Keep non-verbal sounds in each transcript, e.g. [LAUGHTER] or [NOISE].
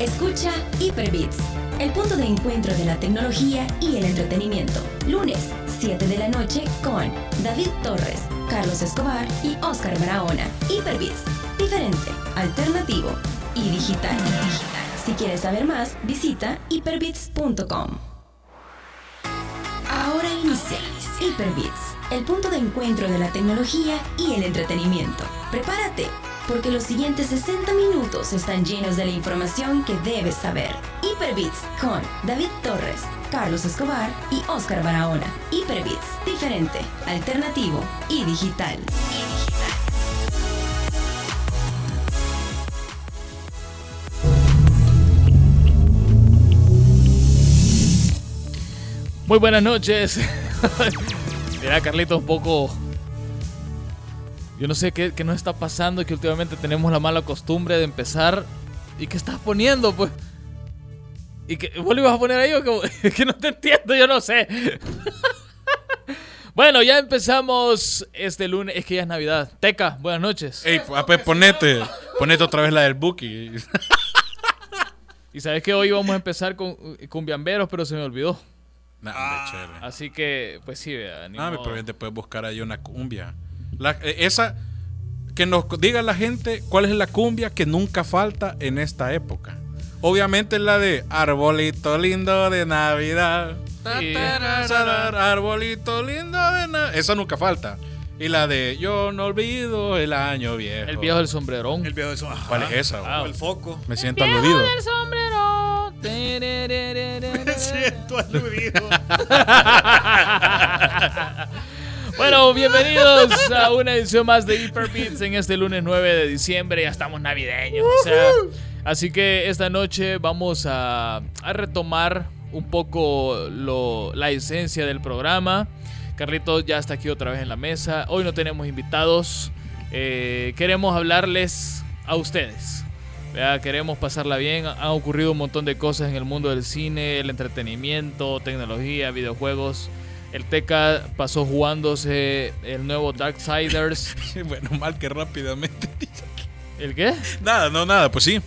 Escucha Hyperbits, el punto de encuentro de la tecnología y el entretenimiento. Lunes, 7 de la noche con David Torres, Carlos Escobar y Oscar Barahona. Hyperbits, diferente, alternativo y digital. Si quieres saber más, visita hyperbits.com. Ahora inicia Hyperbits, el punto de encuentro de la tecnología y el entretenimiento. Prepárate, porque los siguientes 60 minutos están llenos de la información que debes saber. Hyperbits con David Torres, Carlos Escobar y Oscar Barahona. Hyperbits, diferente, alternativo y digital. Muy buenas noches. [LAUGHS] Mira, Carlito, un poco. Yo no sé qué, qué nos está pasando y que últimamente tenemos la mala costumbre de empezar. ¿Y qué estás poniendo? Pues. ¿Y que vos [LAUGHS] lo ibas a poner ahí o que, que no te entiendo? Yo no sé. [LAUGHS] bueno, ya empezamos este lunes. Es que ya es Navidad. Teca, buenas noches. Ey, pues, pues, ponete, ponete otra vez la del Buki. [LAUGHS] Y sabes que hoy vamos a empezar con, con Biamberos, pero se me olvidó. Nah, hombre, chévere. Así que, pues sí, vea. Ah, ni Ah, modo. pero bien, te puedes buscar ahí una cumbia. La- eh, esa, que nos diga la gente cuál es la cumbia que nunca falta en esta época. Obviamente es la de Arbolito lindo de Navidad. Ta, Sí. ta, ra, ra, ra, Arbolito lindo de Navidad. Esa nunca falta. Y la de Yo no olvido el año viejo. El viejo del sombrerón. El viejo de eso. ajá. ¿Cuál es esa? Ah, bro? El foco. Me siento aludido. sombrero. Me siento aludido. [LAUGHS] bueno, bienvenidos a una edición más de Hyperbeats en este lunes 9 de diciembre. Ya estamos navideños. o sea, así que esta noche vamos a, a retomar un poco lo- la esencia del programa. Carlito ya está aquí otra vez en la mesa. Hoy no tenemos invitados. Eh, queremos hablarles a ustedes. ¿verdad? Queremos pasarla bien. Han ocurrido un montón de cosas en el mundo del cine, el entretenimiento, tecnología, videojuegos. El Teca pasó jugándose el nuevo Darksiders. [LAUGHS] bueno, mal que rápidamente. ¿El qué? nada, no, nada, pues sí.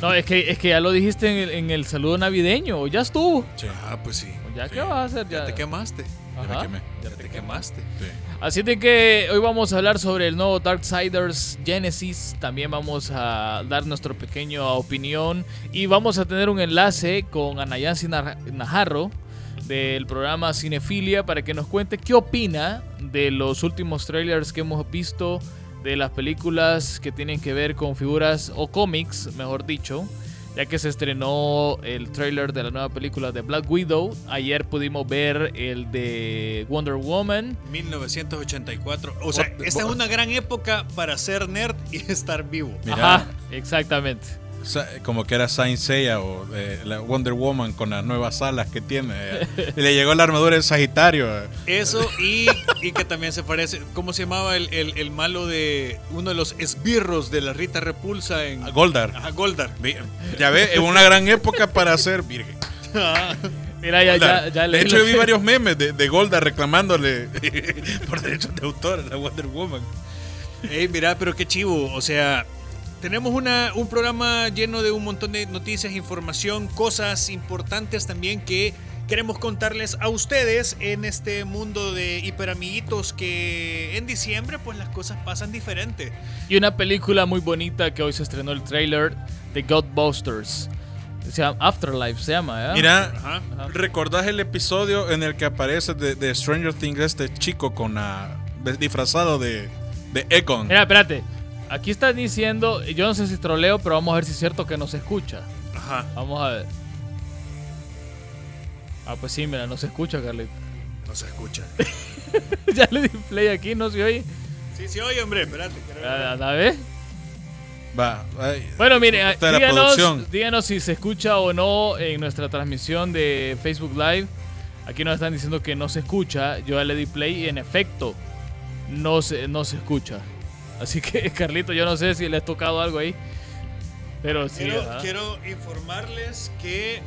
No, es que, es que ya lo dijiste en el, en el saludo navideño. Ya estuvo. Ah, pues sí. Pues Ya, Sí. ¿qué vas a hacer? Ya, Ya te quemaste. Ya me Ajá. quemé. Ya te quemaste. Sí. Así de que hoy vamos a hablar sobre el nuevo Darksiders Genesis. También vamos a dar nuestra pequeña opinión. Y vamos a tener un enlace con Anayansi Nar- Najarro del programa Cinefilia para que nos cuente qué opina de los últimos trailers que hemos visto de las películas que tienen que ver con figuras o cómics, mejor dicho. Ya que se estrenó el trailer de la nueva película de Black Widow. Ayer pudimos ver el de Wonder Woman. 1984. O sea, Bu- esta es bu- una gran época para ser nerd y [LAUGHS] estar vivo. Mira, Ajá, exactamente. sa- como que era Saint Seiya o eh, la Wonder Woman con las nuevas alas que [LAUGHS] tiene. eh. Y le llegó la armadura de Sagitario. eh. Eso y, y que también se parece. ¿Cómo se llamaba el, el- el malo de uno de los esbirros de la Rita Repulsa en A Goldar. Ajá, Goldar? Vi- Ya ves, es una gran época para ser virgen. Mira, [LAUGHS] ya, ya, Goldar. ya de leí hecho, lo yo vi que- varios memes de, de Goldar reclamándole [LAUGHS] por derechos de autor a la Wonder Woman. Ey, mira, pero qué chivo. O sea, tenemos una, un programa lleno de un montón de noticias, información, cosas importantes también que queremos contarles a ustedes en este mundo de hiperamiguitos que en diciembre pues las cosas pasan diferente. Y una película muy bonita que hoy se estrenó el trailer de Godbusters. Se llama Afterlife, se llama, ¿eh? ¿verdad? Mira, Ajá. ¿recordás el episodio en el que aparece de, de Stranger Things este chico con la, disfrazado de, de Egon? Mira, espérate. Aquí están diciendo, yo no sé si troleo, pero vamos a ver si es cierto que no se escucha. Ajá. Vamos a ver. Ah, pues sí, mira, no se escucha, Carlito. [LAUGHS] No se escucha. ya le di play aquí, no se oye. Sí, sí, oye, hombre, espérate. quiero ver. ¿A la vez? Va, ay, Bueno, mire, Está la díganos, producción. díganos si se escucha o no en nuestra transmisión de Facebook Live. Aquí nos están diciendo que no se escucha. Yo ya le di play y en efecto no se, no se escucha. Así que, [LAUGHS] Carlito, yo no sé si le has tocado algo ahí. Pero sí. Quiero, ajá. quiero informarles que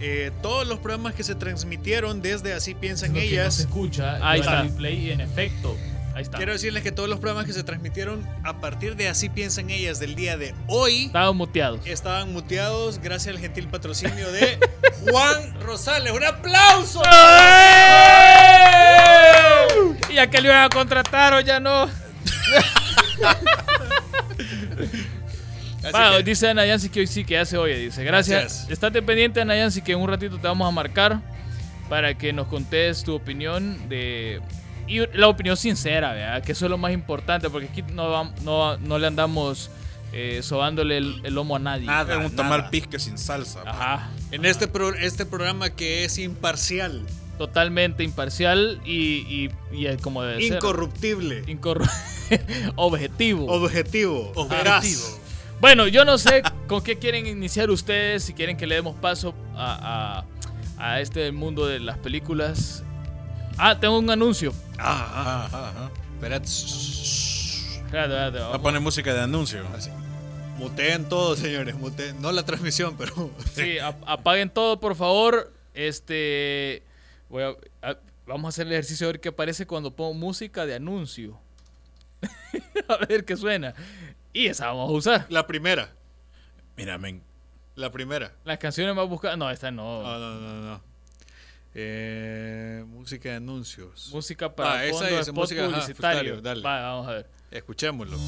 eh, todos los programas que se transmitieron desde Así Piensan Diciendo que no se Ellas escucha. Ahí yo ya está. le di play y en efecto Ahí está. Quiero decirles que todos los programas que se transmitieron a partir de Así Piensan Ellas del día de hoy Estaban muteados. estaban muteados gracias al gentil patrocinio [LAUGHS] de Juan Rosales. ¡Un aplauso! ¡Eh! ¡Eh! Y ya que le iban a contratar o ya no. Así Va, que- Dice Ana Yancy que hoy sí, que ya se oye. Dice, gracias. Gracias. Estate pendiente, Ana Yancy, que en un ratito te vamos a marcar para que nos contes tu opinión de... Y la opinión sincera, ¿verdad? Que eso es lo más importante, porque aquí no, vam- no, no le andamos eh, sobándole el, el lomo a nadie. Nada. Es un nada. tamal pisque sin salsa. Ajá. En este, pro- este programa que es imparcial, Totalmente imparcial y, y, y es como debe ser. incorruptible, Incorru- [LAUGHS] Objetivo. objetivo, veraz. Bueno, yo no sé [LAUGHS] con qué quieren iniciar ustedes, si quieren que le demos paso a, a- a este mundo de las películas. Ah, tengo un anuncio. Ah, ah, Ajá, ajá, ajá. espérate. Shh. Espérate, espérate, Va a vamos. poner música de anuncio. Así. Muteen todo, señores. muteen. No la transmisión, pero. [LAUGHS] Sí, a- apaguen todo, por favor. Este. voy a- a- vamos a hacer el ejercicio a ver qué aparece cuando pongo música de anuncio. [LAUGHS] a ver qué suena. Y esa vamos a usar. La primera. Mira, men. La primera. Las canciones más buscadas. No, esta No, no. no, no, no. Eh, música de anuncios. Música para Ah, esa fondo, es, spot música, ajá, publicitario. publicitario, dale. Va, vamos a ver. Escuchémoslo.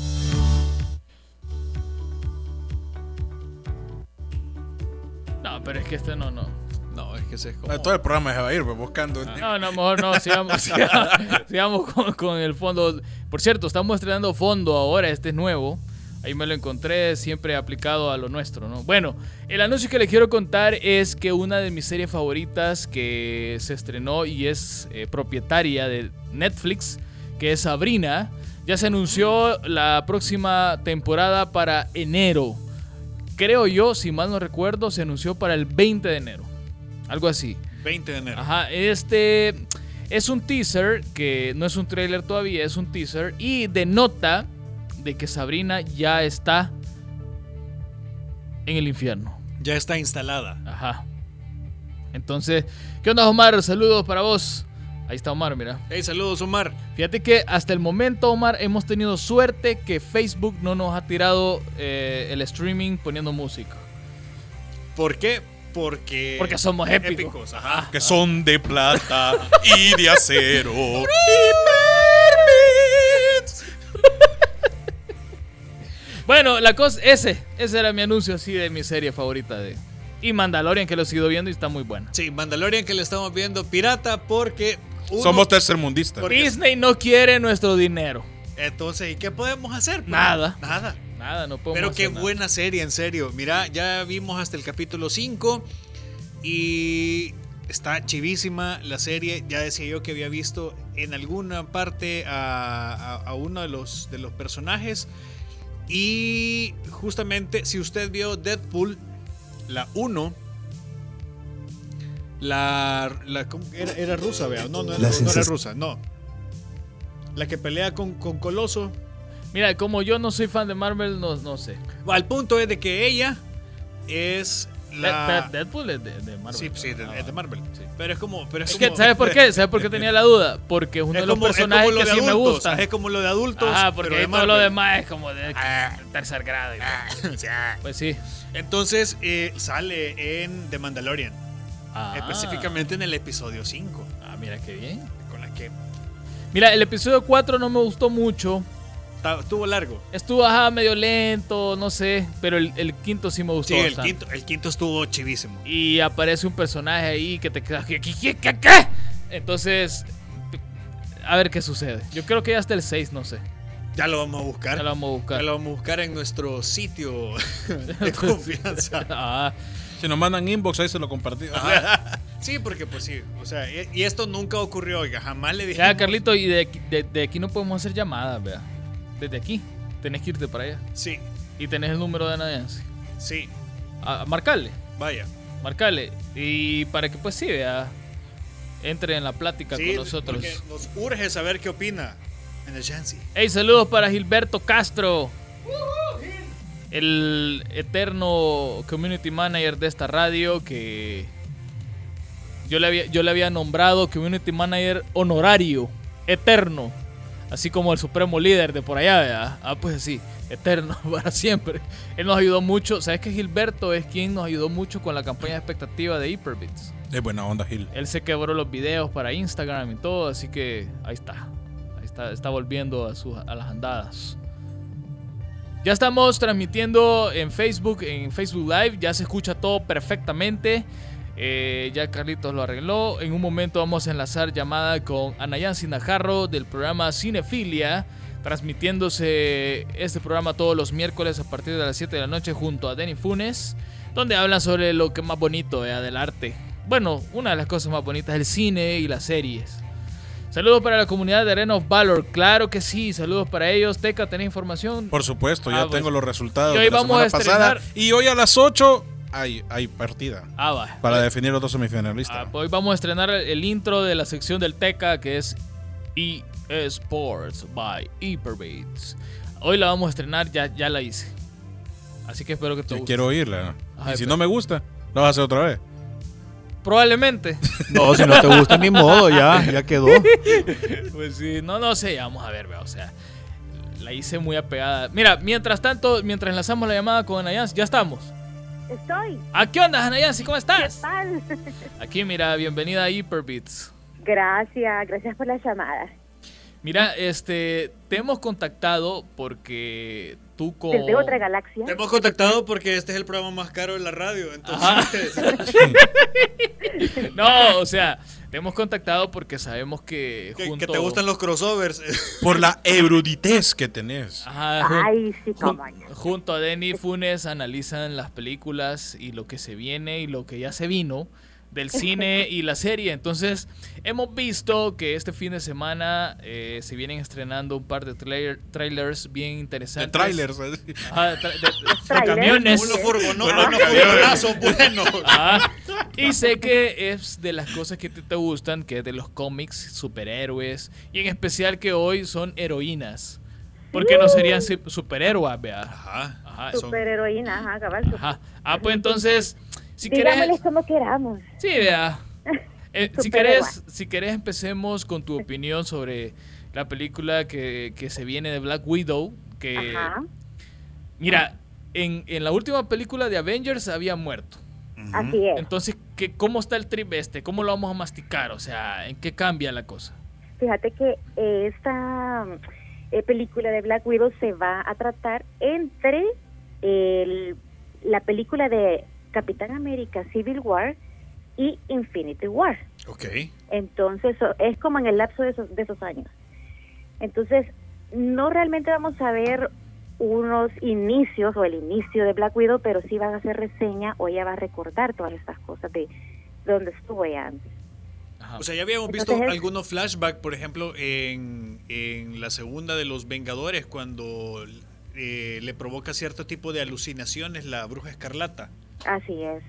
No, pero es que este no, no. No, es que ese es como. Ah, Todo el programa se va a ir pues, buscando. No, no, mejor no, sigamos, [LAUGHS] sigamos, sigamos con, con el fondo. Por cierto, estamos estrenando fondo ahora, este es nuevo. Ahí me lo encontré, siempre aplicado a lo nuestro, ¿no? Bueno, el anuncio que les quiero contar es que una de mis series favoritas que se estrenó y es eh, propietaria de Netflix, que es Sabrina, ya se anunció la próxima temporada para enero. Creo yo, si mal no recuerdo, se anunció para el 20 de enero. Algo así. 20 de enero. Ajá, este es un teaser que no es un trailer todavía, es un teaser y denota de que Sabrina ya está en el infierno. Ya está instalada. Ajá. Entonces, ¿qué onda Omar? Saludos para vos. Ahí está Omar, mira. Hey, saludos, Omar. Fíjate que hasta el momento, Omar, hemos tenido suerte que Facebook no nos ha tirado eh, el streaming poniendo música. ¿Por qué? Porque. Porque somos épicos. Ah. ajá. Que son de plata y de acero. Bueno, la cosa, ese, ese era mi anuncio así de mi serie favorita de... Y Mandalorian, que lo sigo viendo y está muy buena. Sí, Mandalorian que le estamos viendo pirata porque. uno- Somos tercermundistas. Porque- Disney no quiere nuestro dinero. Eh, Entonces, ¿y qué podemos hacer? pues? Nada. Nada. Nada, no podemos Pero hacer qué nada. buena serie, en serio. Mira, ya vimos hasta el capítulo 5 y está chivísima la serie. Ya decía yo que había visto en alguna parte a, a- a uno de los, de los personajes. Y justamente, si usted vio Deadpool, la 1, la, la- ¿cómo? era, era rusa, vea. No, no, no, no era rusa, no. La que pelea con, con Coloso. Mira, como yo no soy fan de Marvel, no, no sé. Al punto es de que ella es Dead- la. Eh, Deadpool es de, de Marvel. sí, sí, de- Ah, es de Marvel. sí. Pero es como. Pero es Es como que, ¿sabes por qué? ¿Sabes [LAUGHS] por qué tenía la duda? Porque es uno es de los como- es como personajes lo que de sí me adultos, gusta. Es como lo de adultos. Ajá, porque pero de ahí todo lo Marvel. Ah. demás es como de ah, tercer grado. y- [LAUGHS] Pues sí. Entonces eh, sale en The Mandalorian. Ah. Específicamente en el episodio 5. Ah, mira qué bien. Con la que Mira, el episodio 4 no me gustó mucho. ta- estuvo largo. Estuvo ajá, medio lento, no sé. Pero el, el quinto sí me gustó. Sí, el bastante. quinto, el quinto estuvo chivísimo. Y aparece un personaje ahí que te quedas. ¿Qué, qué, qué, qué, qué? Entonces, a ver qué sucede. Yo creo que ya hasta el 6, no sé. Ya lo vamos a buscar. Ya lo vamos a Ya buscar. lo vamos a buscar en [LAUGHS] nuestro sitio de confianza. Ah, Si nos mandan inbox, ahí se lo compartimos. Sí, porque pues sí, o sea, y, y esto nunca ocurrió, oiga, jamás le dije. ya, Carlito, y de, aquí- de- de aquí no podemos hacer llamadas, vea. Desde aquí. Tenés que irte para allá. Sí, Y tenés el número de Ana Ah, Yancy. sí, A, a marcarle. vaya. Marcarle. Y para que, pues sí, vea. Entre en la plática Sí, con nosotros. porque nos urge saber qué opina en el Yancy. Hey, saludos para Gilberto Castro. El eterno community manager de esta radio que yo le había, yo le había nombrado community manager honorario, eterno. así como el supremo líder de por allá, ¿verdad? Ah, pues sí, eterno [LAUGHS] para siempre. Él nos ayudó mucho, sabes que Gilberto es quien nos ayudó mucho con la campaña de expectativa de Hyperbits. Es buena onda, Gil. Él se quebró los videos para Instagram y todo, así que ahí está. Ahí está, está volviendo a, sus, a las andadas. Ya estamos transmitiendo en Facebook, en Facebook Live, ya se escucha todo perfectamente. Eh, ya Carlitos lo arregló. En un momento vamos a enlazar llamada con Anayan Sinajarro del programa Cinefilia, transmitiéndose este programa todos los miércoles a partir de las 7 de la noche junto a Denny Funes, donde hablan sobre lo que más bonito es del arte. Bueno, una de las cosas más bonitas es el cine y las series. Saludos para la comunidad de Arena of Valor, claro que sí, saludos para ellos. Teca, ¿tenés información? Por supuesto, ya Ah, pues. tengo los resultados. Y hoy de la vamos a semana pasada. estrenar- Y hoy a las 8 hay, hay partida. Ah, va. Para definir los dos semifinalistas. Ah, hoy vamos a estrenar el intro de la sección del Teca que es eSports by Hyperbeats. Hoy la vamos a estrenar, ya, ya la hice. Así que espero que te Yo guste. quiero oírla. Ajá, y si pues. no me gusta, lo vas a hacer otra vez. Probablemente. [LAUGHS] No, si no te gusta, ni modo, ya, ya quedó. [LAUGHS] pues sí, no, no sé, vamos a ver, vea, o sea. La hice muy apegada. Mira, mientras tanto, mientras enlazamos la llamada con Anayans, ya estamos. Estoy. ¿A qué onda, Anayans? ¿Cómo ¿Qué estás? tal? Aquí, mira, bienvenida a Hyperbeats. Gracias, gracias por la llamada. Mira, este, te hemos contactado porque tú como... Desde otra galaxia. Te hemos contactado porque este es el programa más caro de la radio. Entonces, [LAUGHS] No, o sea, te hemos contactado porque sabemos que que, junto- que te gustan los crossovers. Por la eruditez que tenés. Ajá, Ah, jun- Ay, sí, jun- cómo no. junto a Denny Funes analizan las películas y lo que se viene y lo que ya se vino del cine y la serie. Entonces, hemos visto que este fin de semana eh, se vienen estrenando un par de trailer- trailers bien De interesantes. trailers. Ajá, de tra- de- de Trailers. [LAUGHS] camiones. Unos furgones, Bueno, [LAUGHS] unos camiones. furgonazos buenos. Ah, y sé que es de las cosas que a ti te gustan, que es de los cómics, superhéroes, y en especial que hoy son heroínas. Porque no serían si- superhéroes, vea. Ajá. Ajá, son- Superheroína, ajá, cabal. ajá. Ah, pues entonces, si Digámosles querés. como queramos. Sí, [LAUGHS] vea. Eh, si, Superhéroe. querés, si querés, empecemos con tu opinión sobre la película que, que se viene de Black Widow. Que, Ajá, mira, en, en la última película de Avengers había muerto. así es. Entonces, ¿qué, ¿cómo está el trip este? ¿Cómo lo vamos a masticar? O sea, ¿en qué cambia la cosa? Fíjate que eh, esta eh, película de Black Widow se va a tratar entre el- la película de Capitán América Civil War y Infinity War. Ok. Entonces, so- es como en el lapso de esos, de esos años. Entonces, no realmente vamos a ver unos inicios o el inicio de Black Widow, pero sí van a hacer reseña o ella va a recordar todas estas cosas de donde estuvo ella antes. Ajá. O sea, ya habíamos visto Entonces- algunos flashbacks, por ejemplo, en, en la segunda de Los Vengadores, cuando eh, le provoca cierto tipo de alucinaciones la bruja escarlata. Así es.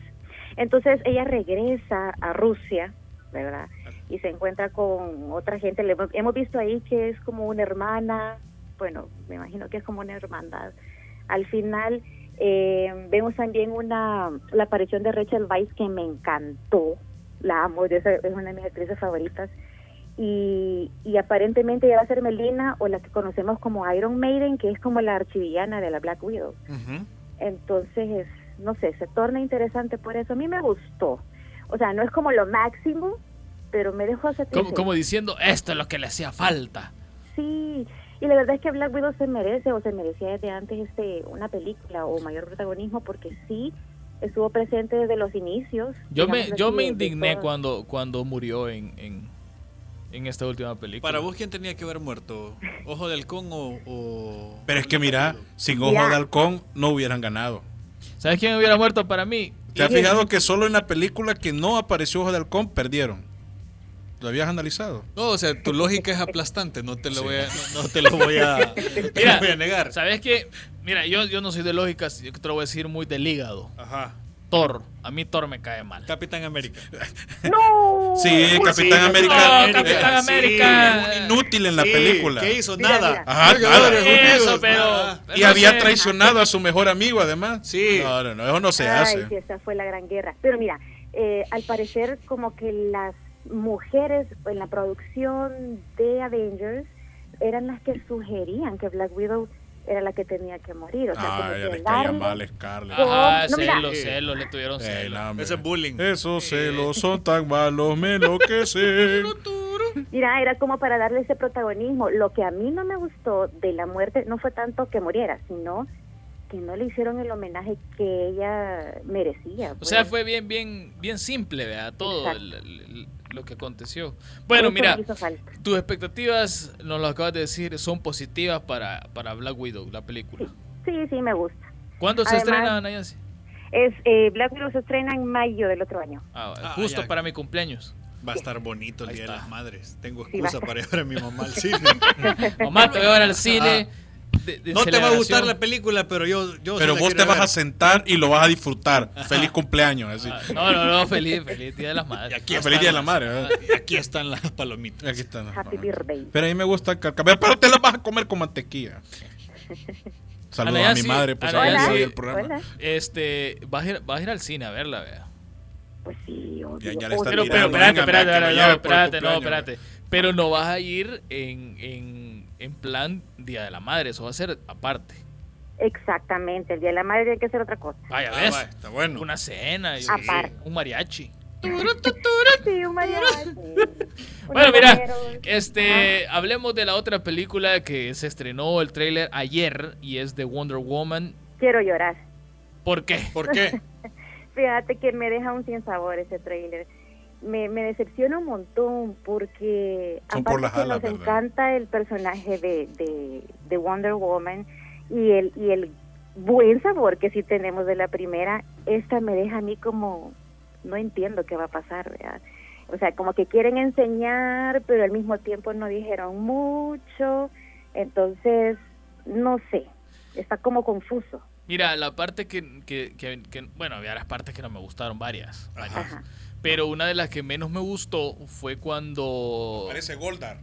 Entonces, ella regresa a Rusia, ¿verdad? Y se encuentra con otra gente. Le hemos- hemos visto ahí que es como una hermana, bueno, me imagino que es como una hermandad. Al final eh, vemos también una la aparición de Rachel Weisz que me encantó, la amo, yo esa- es una de mis actrices favoritas. Y, y aparentemente ella va a ser Melina o la que conocemos como Iron Maiden, que es como la archivillana de la Black Widow. Entonces, es- no sé, se torna interesante por eso. A mí me gustó. O sea, no es como lo máximo, pero me dejó satisfecha. Como, como diciendo, esto es lo que le hacía falta. Sí, y la verdad es que Black Widow se merece o se merecía desde antes este una película o mayor protagonismo porque sí estuvo presente desde los inicios. Yo me, digámoslo yo así, me de- de indigné todo. cuando, cuando murió en, en, en esta última película. Para vos, ¿quién tenía que haber muerto? ¿Ojo de halcón o...? o- Pero es que mira, sin ojo Mira. de halcón no hubieran ganado. ¿Sabes quién hubiera muerto para mí? ¿Te has fijado que solo en la película que no apareció ojo de halcón perdieron? ¿Lo habías analizado? No, o sea, tu lógica es aplastante, no te lo voy a, no, no te lo voy a, [LAUGHS] no te lo voy a negar. ¿Sabes qué? Mira, yo, yo no soy de lógica, yo te lo voy a decir muy del hígado. Ajá. Thor, a mí Thor me cae mal. [LAUGHS] Capitán América. ¡No! Sí, Capitán América. Eh, Capitán América. América. eh, Inútil en la película. ¿Qué hizo? Mira, Nada. mira. Ajá, nada. Eso, pero... nada. Y no había sé. traicionado a su mejor amigo, además. Sí. No, no, no, eso no se Ay, hace. sí, esa fue la gran guerra. Pero mira, eh, al parecer como que las mujeres en la producción de Avengers eran las que sugerían que Black Widow era la que tenía que morir. O sea, como Ah, ya que les caía darle- mal Scarlett. Ah, Ajá, No, mira. celos, celos, le tuvieron Eh, celos. no, hombre. Ese es bullying. Esos celos son tan malos, me [LAUGHS] enloquecen. Mira, era como para darle ese protagonismo. Lo que a mí no me gustó de la muerte no fue tanto que muriera, sino que no le hicieron el homenaje que ella merecía. O pues. sea, fue bien, bien, bien simple, ¿verdad? Todo Exacto. el- el- lo que aconteció. Bueno, Eso mira, me hizo falta. tus expectativas, nos lo acabas de decir, son positivas para, para Black Widow, la película. Sí, sí, me gusta. ¿Cuándo se Además- estrena, Nancy? Es, eh, Black Widow se estrena en mayo del otro año. Ah, Ah, justo ya. para mi [LAUGHS] cumpleaños. Va a estar bonito el Ahí Día está. de las Madres. Tengo Sí, va a excusa estar. para llevar a mi mamá [LAUGHS] al cine. Mamá, te voy a ver al cine. de- de Ah. no te va a gustar celebración. la película, pero yo, yo sí Pero la vos quiero te vas ver. a sentar y lo vas a [LAUGHS] disfrutar. Feliz cumpleaños. Así. Ah, No, no, no, feliz, feliz Día de las Y Madres. aquí, Ah, están feliz día de la las- madre. ¿verdad? y aquí están las palomitas. Aquí están. las Happy palomitas. birthday. Pero a mí me gusta el carcabel. Pero te las vas a comer con [LAUGHS] mantequilla. Saludos a mi Nancy. madre pues, por A Nancy. saber Hola. el programa. Hola. Este, vas a, ir, vas a ir al cine a verla, vea. Pues sí, obvio. Ya- ya le están Pero, obvio. pero, espérate, Tirando, venga, espérate, que me espérate, lleve no, por el espérate, no, cumpleaños, espérate. Pero no vas a ir en, en, en plan Día de la Madre, eso va a ser aparte. Exactamente, el Día de la Madre hay que hacer otra cosa. [LAUGHS] Vaya, Ah, ¿ves? va, está bueno. Una cena, y Aparte. un mariachi. Sí, un mariachi. Bueno, unos mira, bomberos. este, hablemos de la otra película que se estrenó el tráiler ayer y es de Wonder Woman. Quiero llorar. ¿Por qué? ¿Por [LAUGHS] qué? Fíjate que me deja un sin sabor ese trailer. Me, me decepciona un montón porque Son por aparte las que alas, nos ¿verdad? encanta el personaje de, de, de Wonder Woman y el, y el buen sabor que sí tenemos de la primera, esta me deja a mí como no entiendo qué va a pasar, ¿verdad? O sea, como que quieren enseñar, pero al mismo tiempo no dijeron mucho. Entonces, no sé, está como confuso. Mira, la parte que, que- que- que- bueno, había las partes que no me gustaron, varias, Ah. varias. Ajá. Pero una de las que menos me gustó fue cuando... Parece Goldar.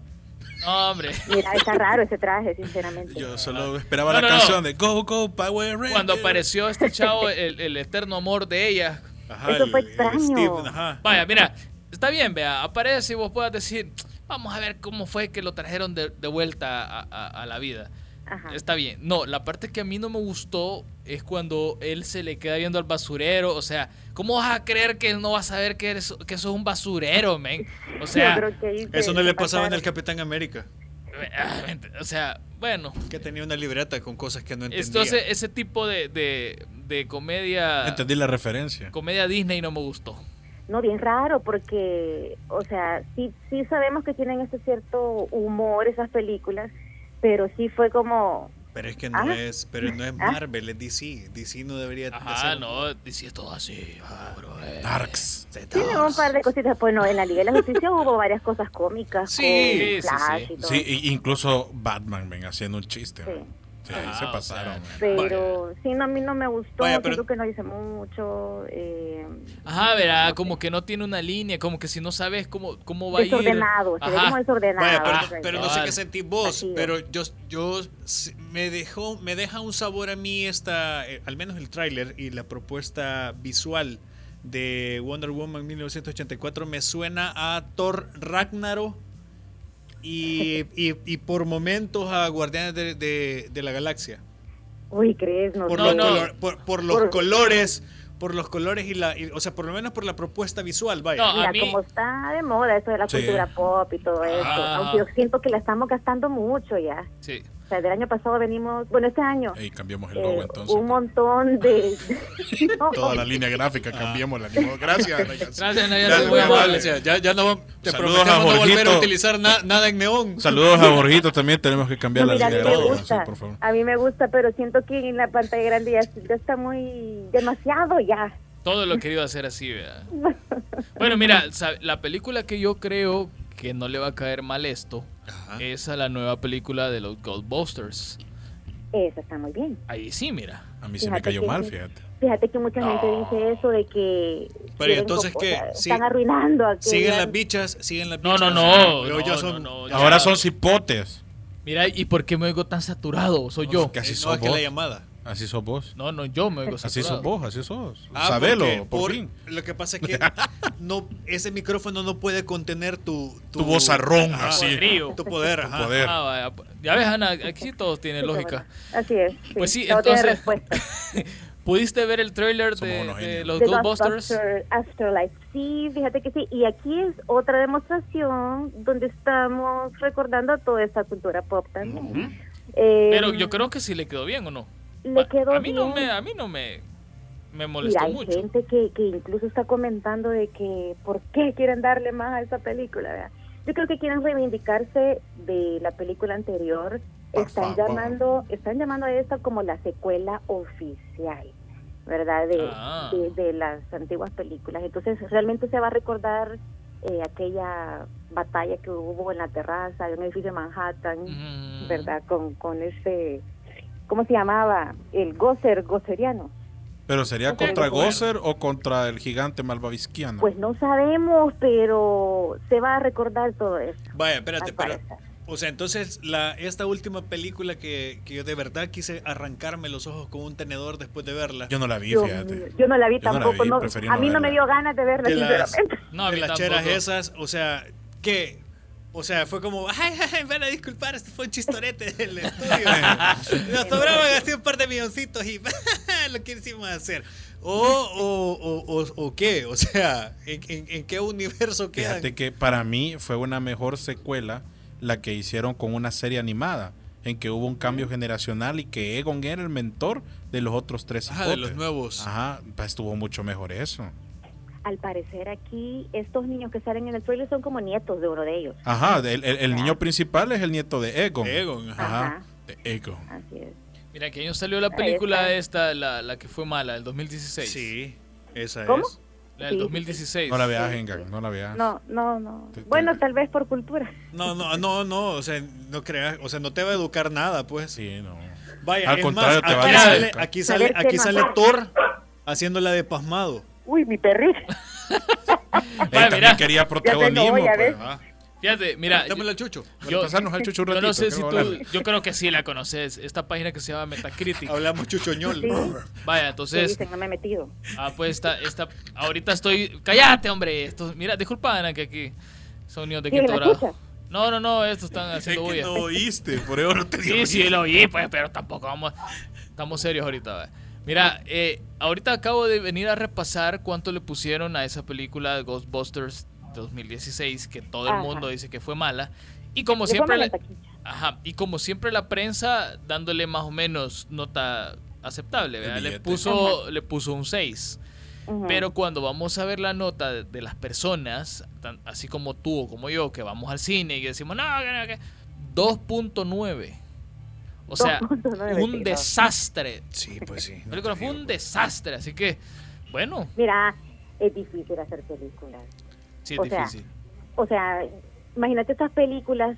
No, hombre. Mira, está raro ese traje, sinceramente. [LAUGHS] Yo solo esperaba No, la no, no. canción de Go, Go, Power Rangers. Cuando apareció este chavo, el, el eterno amor de ella. Ajá, Eso fue el- el extraño. Steve, ajá. Vaya, mira, está bien, vea, aparece y vos puedas decir, vamos a ver cómo fue que lo trajeron de, de vuelta a- a- a la vida. Ajá. Está bien. No, la parte que a mí no me gustó es cuando él se le queda viendo al basurero. O sea, ¿cómo vas a creer que él no va a saber que, eres, que sos un basurero, men? O [LAUGHS] sea, Yo creo que ahí se- Eso no se le pasaba en el pasaron. Capitán América, [LAUGHS] o sea, bueno. que tenía una libreta con cosas que no entendía. Entonces, ese tipo de, de- de comedia, Entendí la referencia. comedia Disney no me gustó. No, bien raro, porque, o sea, sí, sí sabemos que tienen este cierto humor esas películas, pero sí fue como, pero es que no Ah. es, pero no es Marvel, es DC. DC no debería Ajá, hacer- no, dice todo así. ah, bro, eh. Darks. tiene un par de cositas. Pues no, en la Liga de la Justicia [LAUGHS] hubo varias cosas cómicas. Sí, con sí, Flash sí. y todo Sí, eso, y- incluso Batman, ven, haciendo un chiste. Sí. man. Sí, Ah, se o pasaron. sea, man. Pero sí, no, a mí no me gustó, Vaya, pero- siento que no hice mucho. Eh, Ajá, verá, como que no tiene una línea, como que si no sabes cómo, cómo va a ir. desordenado, se ve como Ajá. desordenado. Vaya, pero, Ah, Entonces, pero no sé cabal. qué sentí vos, Vacío. pero yo, yo s- me dejó, me deja un sabor a mí esta, eh, al menos el tráiler y la propuesta visual de Wonder Woman 1984 me suena a Thor Ragnarok y, y- y por momentos a Guardianes de, de- de la Galaxia. Uy, crees, no. Por, sé. los, no. color- por, por los Por- colores, por los colores y la, y- o sea, por lo menos por la propuesta visual, vaya. [LAUGHS] No, Mira, a mí- como está de moda eso de la Sí. cultura pop y todo eso, Ah. aunque yo siento que la estamos gastando mucho ya. Sí. O sea, del año pasado venimos, bueno, este año, Ey, cambiamos el eh, logo entonces. un montón de... [LAUGHS] No, Toda la línea gráfica, Ah. cambiémosla. ni modo. [LAUGHS] Gracias, Ana Yancy. Gracias, Nadia, Gracias, te Muy voy a- amable. amable, o sea, ya, ya no vam- te Saludos prometemos a no volver a Jorgito. utilizar na- nada en neón. Saludos a Borjito también. Tenemos que cambiar no, mira, la a mí línea me gráfica. gusta, sí, por favor. a mí me gusta, pero siento que en la pantalla grande ya, ya está muy demasiado ya. Todo lo he querido hacer así, ¿verdad? Bueno, mira, sa- la película que yo creo que no le va a caer mal esto Ajá. es a la nueva película de los Ghostbusters. Eso está muy bien. Ahí sí, mira. A mí se Fíjate me cayó que mal, sí. fíjate. Fíjate que mucha gente No. dice eso de que... Pero, ¿y quieren entonces como- qué? o sea, Sí. Están arruinando a que Siguen ya- las bichas, siguen las No, no, bichas. no. Luego no, ya no, son- no, ya. Ahora son cipotes. Mira, ¿y por qué me oigo tan saturado? Soy yo. Casi Eh, no, son es que la vos. llamada. Así sos vos. No, no, yo me oigo Así saturado. sos vos, así sos. Ah, Sabelo, porque por, fin. Lo que pasa es [LAUGHS] que no, ese micrófono no puede contener tu... Tu vozarrón, ajá, así. Podrío. Tu poder, ajá. Poder. Ah, vaya, Ya ves, Ana, aquí todo tiene Sí, lógica. bueno, Así es. Pues sí, todo tiene entonces- respuesta. ¿Pudiste ver el trailer Somos de, unos de genios. los The Ghostbusters? Ghostbuster Afterlife. Sí, fíjate que sí. Y aquí es otra demostración donde estamos recordando toda esta cultura pop también. Eh, Pero yo creo que sí le quedó bien o no. le A- quedó a mí no bien. me, a mí no me, me Y molestó hay mucho. gente que, que incluso está comentando de que por qué quieren darle más a esa película. ¿verdad? Yo creo que quieren reivindicarse de la película anterior. Por Están favor. llamando, están llamando a esta como la secuela oficial, ¿verdad? De, Ah. de, de las antiguas películas. Entonces realmente se va a recordar eh, aquella batalla que hubo en la terraza de un edificio de Manhattan, Mm. ¿verdad? Con, con ese, ¿cómo se llamaba? El Gozer, Gozeriano. Pero sería Ok, contra bueno. Gozer o contra el gigante malvavisquiano. Pues no sabemos, pero se va a recordar todo eso. Vaya, espérate, al pero... parecer. O sea, entonces la, esta última película que, que yo de verdad quise arrancarme los ojos con un tenedor después de verla. yo no la vi, Dios mío, fíjate. yo no la vi Yo no la tampoco. vi, no- preferí a no mí no me verla. dio ganas de verla, de las, sinceramente. No, a de mí las tampoco. cheras esas, o sea, que, o sea, fue como, [LAUGHS] ay, ay, van a disculpar, este fue un chistorete [LAUGHS] [LAUGHS] del estudio. Nos sobraban así un par de milloncitos y [LAUGHS] lo que hicimos hacer. O, o, o, o, o qué, o sea, ¿en, en, en qué universo quedan? Fíjate que para mí fue una mejor secuela la que hicieron con una serie animada, en que hubo un cambio generacional y que Egon era el mentor de los otros tres Ajá, de hipotes. los nuevos. Ajá, pues estuvo mucho mejor eso. Al parecer aquí, estos niños que salen en el trailer son como nietos de uno de ellos. Ajá, el, el- el niño principal es el nieto de Egon. Egon, ajá. Ajá, Ajá. de Egon. Así es. Mira, que año salió la Ahí película está. esta, la, la que fue mala, el 2016. Sí, esa ¿Cómo? es. La del Sí. 2016. No la veas, Engan, no la veas. No, no, no. Ah, Te- te- Bueno, tal vez por cultura. No, no, no, no, o sea, no creas, o sea, no te va a educar nada, pues. Sí, [LAUGHS] no. Vaya, Al es contrario, más, te va aquí, a sale, despertar. aquí sale, Saber que aquí no sale amas. Thor haciéndola de pasmado. Uy, mi perrito. Él Vaya, también mira. quería Ya protagonismo. tengo, ya pues, ves. ajá. Fíjate, mira, Dámelo al chucho. Bueno, pasarnos [LAUGHS] al chucho un yo ratito, no sé que si no tú, hablar. yo creo que sí la conoces, esta página que se llama Metacritic. Hablamos chuchoñol. Sí. Vaya, Que entonces, dicen, no me he metido. ah, pues esta, esta, ahorita estoy, cállate, hombre, esto, mira, disculpa, Ana, que aquí son niños de ¿Siguen quinto la grado. escucha? No, no, no, estos están haciendo Es que bulla. no oíste, por eso no te digo. Sí, sí, lo oí, pues, pero tampoco vamos. Estamos serios ahorita. va. Mira, eh, ahorita acabo de venir a repasar cuánto le pusieron a esa película Ghostbusters 2016, que todo el Ajá. mundo dice que fue mala. Y como Le siempre, ponen la, la taquilla. ajá, y como siempre la prensa dándole más o menos nota aceptable, ¿verdad? Le billete. puso, le puso un 6. Ujú. Pero cuando vamos a ver la nota de, de las personas, tan- así como tú o como yo, que vamos al cine y decimos, no, que no, que-", 2.9. O sea, 2.9, sí, un no. desastre. Sí, pues sí. La película fue un desastre, así que, bueno, Mira, es difícil hacer películas. sí es O sea, difícil. O sea, imagínate estas películas,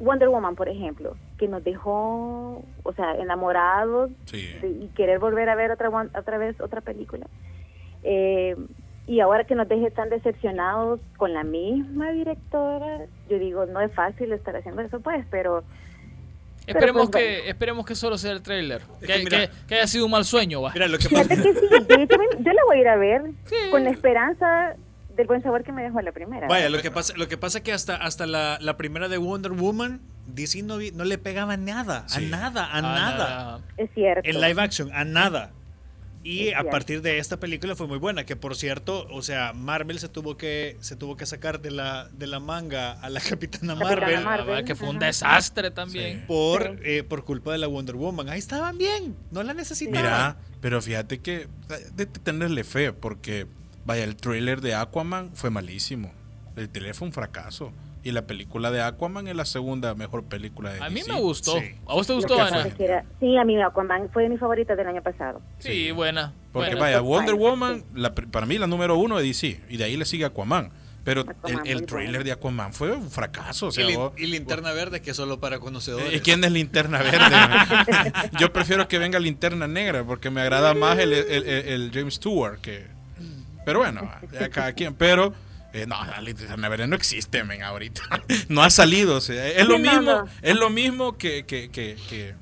Wonder Woman, por ejemplo, que nos dejó, o sea, enamorados Sí. de- y querer volver a ver otra, wan- otra vez otra película. Eh, y ahora que nos deje tan decepcionados con la misma directora, yo digo, no es fácil estar haciendo eso, pues, pero pero Esperemos, pues, que, bueno. esperemos que solo sea el trailer. Es Que, que mira- que- que haya sido un mal sueño, va. Mira, lo que fíjate pasa. que sí, yo, también- yo la voy a ir a ver con la esperanza del buen sabor que me dejó la primera. Vaya, lo que pasa, lo que pasa que hasta, hasta la, la primera de Wonder Woman, DC no, vi- no le pegaba nada, a Sí. nada, a Ah, nada. es cierto. En live action, a nada. Y Es a cierto. partir de esta película fue muy buena, que por cierto, o sea, Marvel se tuvo que, se tuvo que sacar de la, de la manga a la [LAUGHS] Capitana Capitana Marvel, la verdad Marvel, Ah, que fue un ajá. desastre también. Por, eh, por culpa de la Wonder Woman. Ahí estaban bien, no la necesitaban. Mira, pero fíjate que eh, de tenerle fe, porque vaya, el trailer de Aquaman fue malísimo. El trailer fue un fracaso. Y la película de Aquaman es la segunda mejor película de A mí DC. me gustó. Sí. ¿A vos te Lo gustó, que pasa Ana? es que era- sí, a mí Aquaman fue de mis favoritas del año pasado. Sí, buena. Porque buena. vaya, Top Wonder five, Woman, la pr- para mí la número uno de DC. Y de ahí le sigue Aquaman. Pero el- Aquaman, el, muy trailer bueno. de Aquaman fue un fracaso. O y, sea, lin- vos- y linterna verde, que solo para conocedores. Eh, ¿Quién es linterna verde? Yo prefiero que venga linterna negra porque me agrada más el, el- el- el James Stewart. Que... Pero bueno, ya cada quien. Pero eh, no, la linterna verde no existe men, [LAUGHS] ahorita. No ha salido. o sea, es, lo Sí, no, mismo, no. es lo mismo que, que, que- que-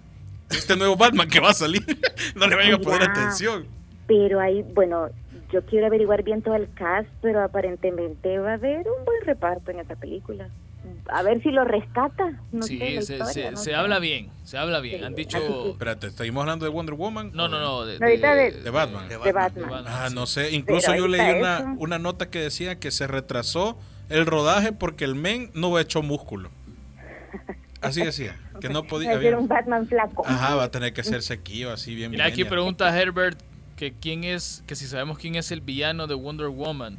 este nuevo Batman que va a salir, [LAUGHS] no le vayan a poner Wow. atención. Pero ahí, bueno, yo quiero averiguar bien todo el cast, pero aparentemente va a haber un buen reparto en esta película. A ver si lo rescata. No sí, sé, la se, historia, se- no se sé. habla bien, se habla bien. Sí, Han así que- dicho... Espérate, ¿seguimos hablando de Wonder Woman? No, no, no. Eh, De, Ahorita de- De Batman. De Batman. Batman. Ah, no sé. Incluso Pero yo ahí leí está una, eso. una nota que decía que se retrasó el rodaje porque el men no echó músculo. Así decía, que no Va podía. a ser había- un Batman flaco. Ajá, va a tener que ser sequío, así bien. Mira, aquí millennial. pregunta Herbert que quién es, que si sabemos quién es el villano de Wonder Woman.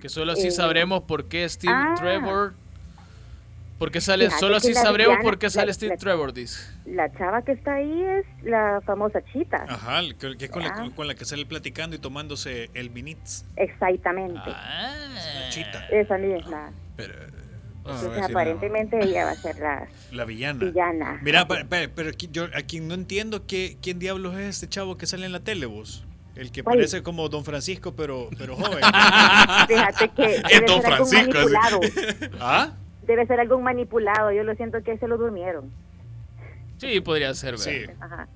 Que solo así Eh, sabremos por qué Steve ah. Trevor. ¿Por qué sale? Fíjate Solo que así la sabremos villana- por qué sale la- Steve la- Trevor, dice. La chava que está ahí es la famosa Chita. Ah. Ajá, el que, el que es con la, Ah. con la que sale platicando y tomándose el minitz. Exactamente. Ah. Chita, Esa misma. Pero, eh, no, no voy a Entonces, decir nada. Pues Ah. aparentemente ella va a ser la la villana. villana. Mira, pa- pa- pero aquí- yo a quien no entiendo que, quién diablos es este chavo que sale en la tele, vos. El que ¿Cuál? parece como Don Francisco, pero, pero joven. [LAUGHS] Fíjate [LAUGHS] que Es debe Don ser algún Francisco, así. manipulado. [LAUGHS] ¿Ah? Debe ser algún manipulado. Yo lo siento que se lo durmieron. Sí, podría ser, ¿verdad? Sí. Ajá.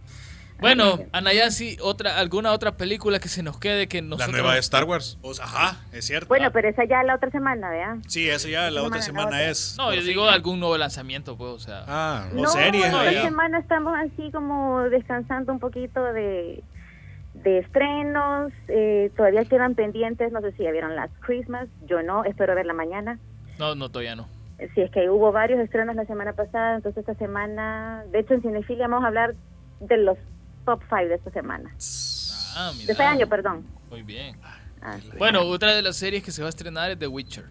Bueno, Anayasi, otra, alguna otra película que se nos quede que La nosotros... nueva de Star Wars. O sea, ajá, es cierto. Ah. Bueno, pero esa ya la otra semana, ¿verdad? sí, eso ya la Semana, otra la semana otra. es. No, yo digo algún nuevo lanzamiento, pues, o sea... Ah, O series esta ahí. semana estamos así como descansando un poquito de, de estrenos. Eh, todavía quedan pendientes. No sé si ya vieron las Christmas. Yo no. Espero verla mañana. No, no, todavía no. Si es que hubo varios estrenos la semana pasada. Entonces, esta semana. De hecho, en Cinefilia vamos a hablar de los top 5 de esta semana. Ah, De mira. este año, perdón. Muy bien. Ah, sí. Bueno, otra de las series que se va a estrenar es The Witcher.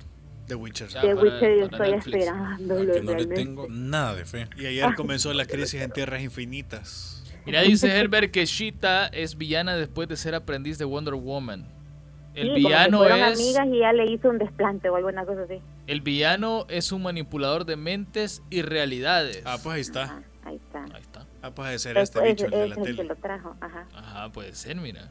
The Witcher. Ya. The para- Witcher yo para estoy Netflix. ah, esperando. que no le realmente. tengo nada de fe. Y ayer comenzó la crisis en Tierras Infinitas. [LAUGHS] Mira, dice Herbert que Sheeta es villana después de ser aprendiz de Wonder Woman. El Sí, como que villano fueron es amigas y ya le hizo un desplante o alguna cosa así. el villano es un manipulador de mentes y realidades. Ah, pues ahí está. Ajá, ahí está. Ahí está. Ah, pues ha de ser Es, este bicho, el de es la el que tele. lo trajo. Ajá, Ajá, puede ser, mira.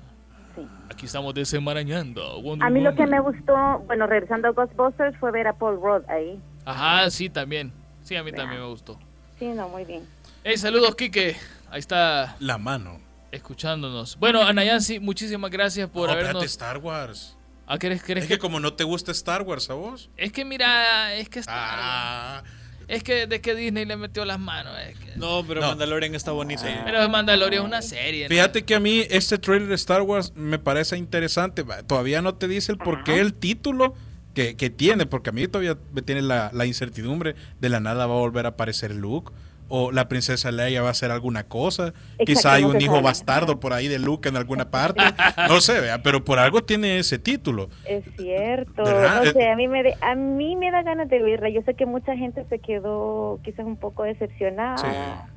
sí. Aquí estamos desenmarañando. Wonder A mí lo que Woman. me gustó, bueno, regresando a Ghostbusters, fue ver a Paul Rudd ahí. Ajá, sí, también. Sí, a mí también Vea. me gustó. Sí, no, muy bien. Hey, saludos, Kike. Ahí está La mano. escuchándonos. Bueno, Anayansi, muchísimas gracias por No, espérate, habernos. Star Wars. Ah, ¿querés- querés Es que como no te gusta Star Wars a vos. Es que mira, es que Ah, es que de que Disney le metió las manos. es que- No, pero No. Mandalorian está bonito. Pero Mandalorian es una serie. ¿no? Fíjate que a mí este trailer de Star Wars me parece interesante. Va, Todavía no te dice el por qué el título que, que tiene, porque a mí todavía me tiene la, la incertidumbre de la nada va a volver a aparecer Luke. O la princesa Leia va a hacer alguna cosa. Exacto, Quizá hay no un se hijo sabe. bastardo por ahí de Luke en alguna [LAUGHS] parte. No sé, vea, pero por algo tiene ese título. Es cierto. ¿Verdad? No sé, a mí, me de- a mí me da ganas de verla. Yo sé que mucha gente se quedó quizás un poco decepcionada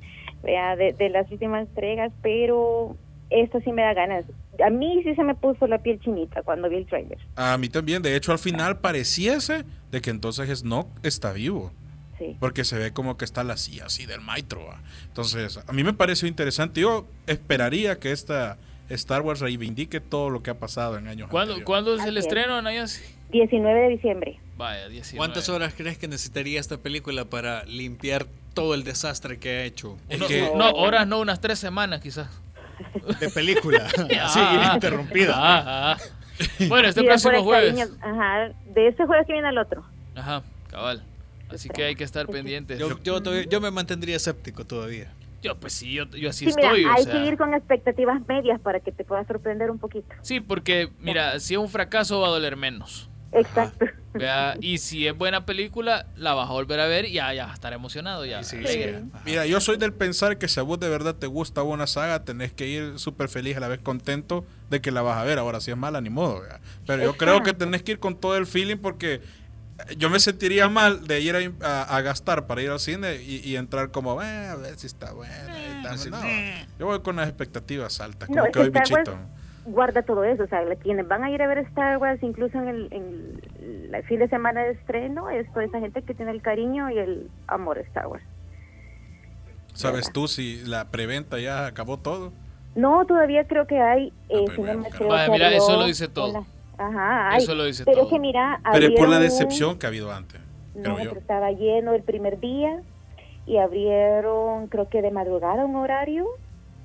vea, de, de las últimas entregas, pero esta sí me da ganas. A mí sí se me puso la piel chinita cuando vi el trailer. A mí también. De hecho, al final pareciese de que entonces Snoke está vivo. Sí. Porque se ve como que está la silla así del maestro. va. Entonces, a mí me pareció interesante. Yo esperaría que esta Star Wars reivindique todo lo que ha pasado en años ¿Cuándo, anteriores. ¿cuándo es el Así es. estreno, Anayansi? 19 de diciembre. Vaya, 19. ¿Cuántas horas crees que necesitaría esta película para limpiar todo el desastre que ha hecho? Es No, que- no, horas no, unas tres semanas quizás. [LAUGHS] De película. Así, Ah, interrumpida. ah, ah. Bueno, este Sí, es próximo por el jueves. cariño, ajá, de este jueves que viene al otro. Ajá, cabal. Así que hay que estar pendientes. Yo, Yo, yo, todavía- yo me mantendría escéptico todavía. pues sí, yo, yo así Sí, mira, estoy. o hay sea. que ir con expectativas medias para que te pueda sorprender un poquito. Sí, porque mira, si es un fracaso va a doler menos. Exacto. ¿vea? Y si es buena película, la vas a volver a ver y ya, ya vas a estar emocionado. Ya. Y sí, sí, alegre. ajá. Mira, yo soy del pensar que si a vos de verdad te gusta una saga, tenés que ir súper feliz a la vez contento de que la vas a ver. Ahora, si es mala, ni modo. ¿verdad? Pero yo creo que tenés que ir con todo el feeling porque eh, yo me sentiría mal de ir a, a- a gastar para ir al cine y, y entrar como, "Eh, a ver si está buena. y tal". sí. No, Yo voy con las expectativas altas, como Ah, No, es que que hoy Star Wars bichito. guarda todo eso. O sea, la- quienes van a ir a ver Star Wars, incluso en el, en el fin de semana de estreno, es toda esa gente que tiene el cariño y el amor a Star Wars. ¿Sabes tú si la preventa ya acabó todo? No, todavía creo que hay. Eh, pues, si no bueno, me caramba. creo Vaya, que mira, abrió eso lo dice todo. una- Ajá, hay. Eso lo dice pero todo. es que mira, Pero es por la abrieron- decepción que ha habido antes, No, creo yo. pero estaba lleno el primer día. y abrieron, creo que de madrugada un horario,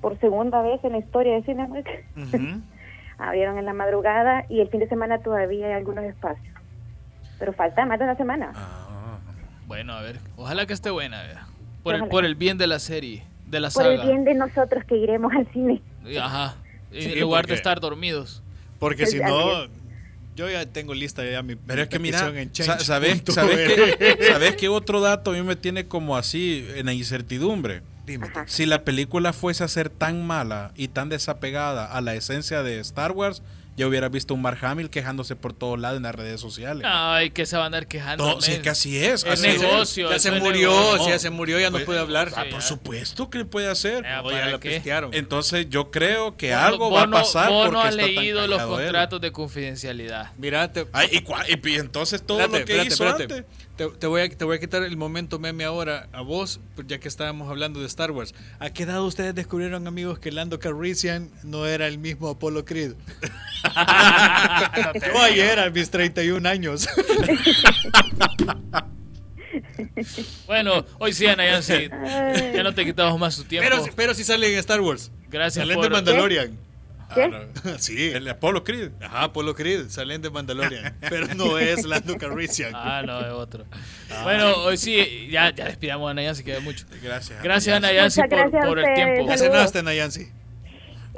por segunda vez en la historia de Cinemark. Ujú. [LAUGHS] abrieron en la madrugada y el fin de semana todavía hay algunos espacios. Pero falta más de una semana. Ah. Bueno, a ver, ojalá que esté buena, a ver. Por el, Ojalá. por el bien de la serie, de la Por saga. el bien de nosotros que iremos al cine. Ajá. Sí, en lugar porque- de estar dormidos. Porque si Ya, no, yo ya tengo lista ya mi Pero es que mira, petición en sa- Change. ¿sabes, Punto sabes R. que, sabes que otro dato a mí me tiene como así en la incertidumbre? Dime. Ajá. Si la película fuese a ser tan mala y tan desapegada a la esencia de Star Wars, ya hubiera visto un Mark Hamill quejándose por todos lados en las redes sociales. Ay, que se van a andar quejando. No, si men. es que así es. Es así es. negocio. Ya se eso es murió, negocio. sí, ya se murió, ya no Pues, puede hablar. Ah, por supuesto que puede hacer. Eh, Oye, ya ¿para la qué? pestearon. Entonces yo creo que Vos algo no- va a vos no- pasar Vos porque no has está tan leído los callado ¿eh? él. contratos de confidencialidad. Mira, te, Ay, y, cua- y- y entonces todo espérate, lo que espérate, hizo espérate. antes. Te, te voy a, te voy a quitar el momento meme ahora a vos, pues, ya que estábamos hablando de Star Wars. ¿A qué edad ustedes descubrieron, amigos, que Lando Calrissian no era el mismo [LAUGHS] Apollo Creed? Yo ayer a mis 31 años. Bueno, hoy sí, Ana [LAUGHS] Yancy, Ay. ya no te quitamos más tu tiempo. pero, pero si sale en Star Wars. Gracias Salen de por- Mandalorian. ¿Qué? Ah, no. [LAUGHS] Sí. El Apollo Creed. Ajá, Apollo Creed, salen [LAUGHS] de Mandalorian. pero no es Lando Calrissian. Ah, no, es otro. Bueno, hoy sí, ya, ya despidamos a Ana Yancy, que da mucho. Gracias. Gracias, Ana Muchas Yancy, por, gracias a por el ustedes. tiempo. ¿Ya Saludos. cenaste, Nayansi?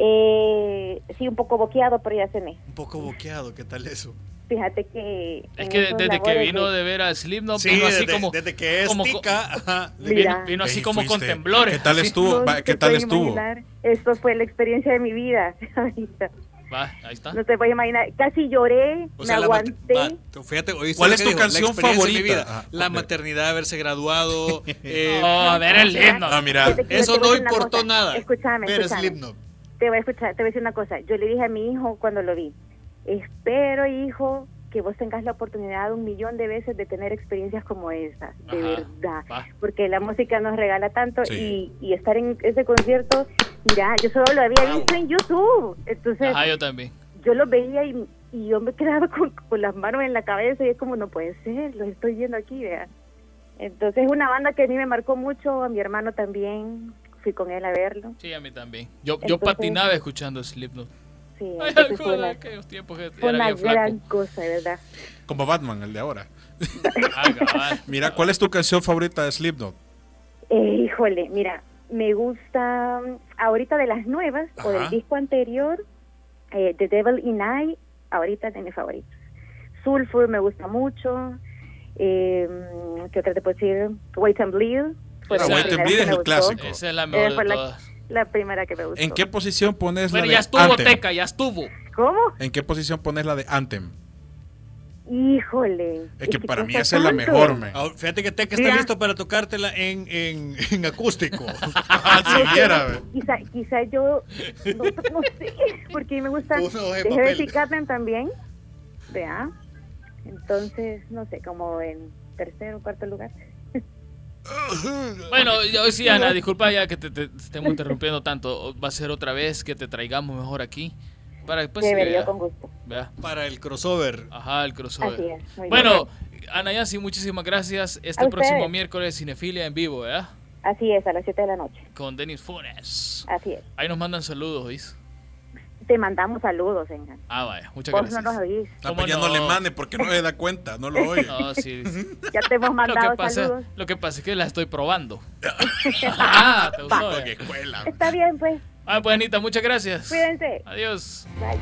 Eh, sí, un poco boqueado, pero ya cené. Un poco boqueado, ¿qué tal eso? Fíjate que... Es en que esos desde que labores vino de- de ver a Slipknot, Sí, vino así desde, como... desde que es como- tica, ajá, vino- vino, Mira. así Ahí como con fuiste. temblores. ¿Qué tal así. estuvo? No Va, te ¿Qué tal puedes estuvo? imaginar. Esto fue la experiencia de mi vida. [LAUGHS] ahorita. Va, ahí está. no te puedes imaginar. Casi lloré, O me sea, la aguanté. mater- va, fíjate, oíste ¿Cuál lo es que tu la canción experiencia de mi favorita? vida. Ah, la ok. maternidad, haberse [LAUGHS] graduado. eh, Oh, a ver el Slipknot. Ah, mira. Fíjate que yo eso te voy no a decir una importó cosa. nada. Escúchame, Ver escúchame. Slipknot. Te voy a escuchar, te voy a decir una cosa. Yo le dije a mi hijo cuando lo vi, espero, hijo, que vos tengas la oportunidad un millón de veces de tener experiencias como estas, de Ajá, verdad. va. Porque la música nos regala tanto Sí. y, y estar en ese concierto, mira, yo solo lo había visto en YouTube. Entonces, Ajá, Ah, yo también. yo lo veía y, y yo me quedaba [LAUGHS] con, con las manos en la cabeza y es como, no puede ser, los estoy viendo aquí, vea. Entonces, es una banda que a mí me marcó mucho, a mi hermano también, fui con él a verlo. Sí, a mí también. Yo, yo Entonces- patinaba escuchando Slipknot. Sí, Ay, entonces fue joder, la- aquellos tiempos que fue era una bien flaco. gran cosa, de verdad. Como Batman, el de ahora. [LAUGHS] Ah, cabal. Mira, ¿cuál es tu canción favorita de Slipknot? Eh, híjole, mira, me gusta mm, ahorita de las nuevas o Ajá. del disco anterior, eh, The Devil in I, ahorita de mis favoritos. Sulfur me gusta mucho. Eh, mm, ¿Qué otra te puedo decir? Wait and Bleed. fue Ah, la Wait and primera Bleed que es me el gustó, clásico. Esa es la Eh, mejor fue de la- Ah, todas. La primera que me gustó. ¿En qué posición pones Bueno, la de ya estuvo Anthem? Teca, ya estuvo. ¿Cómo? ¿En qué posición pones la de Anthem? Híjole. Es que para mí esa cuesta es la tanto. mejor, me. Ah, Ah, Ahora, Fíjate que Teca está Mira. listo para tocártela en, en, [LAUGHS] en acústico. Si viera, ve. Quizá, quizá yo, no, no sé, porque me gusta Uno de de papel. Heavy Catman también, vea, entonces, no sé, como en tercer o cuarto lugar. Bueno, yo sí, Ana, disculpa ya que te, te estemos interrumpiendo tanto. Va a ser otra vez que te traigamos mejor aquí. Para pues, después. Debería con gusto. Para el crossover. Ajá, el Así crossover. es. muy bien. Bueno, Ana Yancy, muchísimas gracias. Este A próximo ustedes. miércoles, Cinefilia en vivo, ¿verdad? Así es, a las 7 de la noche. Con Denis Funes. Así es. Ahí nos mandan saludos, ¿oís? Te mandamos saludos, Enga. Ah, vaya, muchas Vos no gracias. nos oís. Ah, ¿Cómo pues ya no? no? le mande porque no le da cuenta, no lo oye. [LAUGHS] No, [LAUGHS] sí. Ya te [LAUGHS] hemos Lo que, mandado pasa, saludos. lo que pasa es que la estoy [LAUGHS] probando. ah, te gustó, Porque eh. escuela. Está bien, pues, Ah, pues Anita, muchas gracias. cuídense. Adiós. Bye.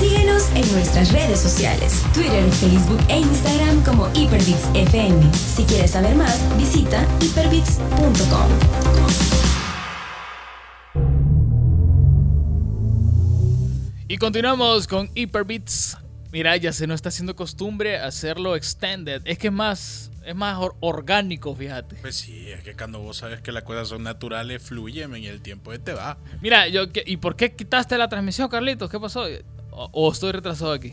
Síguenos en nuestras redes sociales, Twitter, Facebook e Instagram como Hyperbits FM. Si quieres saber más, visita hyperbits.com. Y continuamos con Hyperbeats. Mira, ya se nos está haciendo costumbre hacerlo extended. Es que es más, es más or- orgánico, fíjate. Pues sí, es que cuando vos sabes que las cosas son naturales, fluyen y el tiempo te va. Mira, yo, ¿qué- ¿y por qué quitaste la transmisión, Carlitos? ¿Qué pasó? ¿O, o estoy retrasado aquí?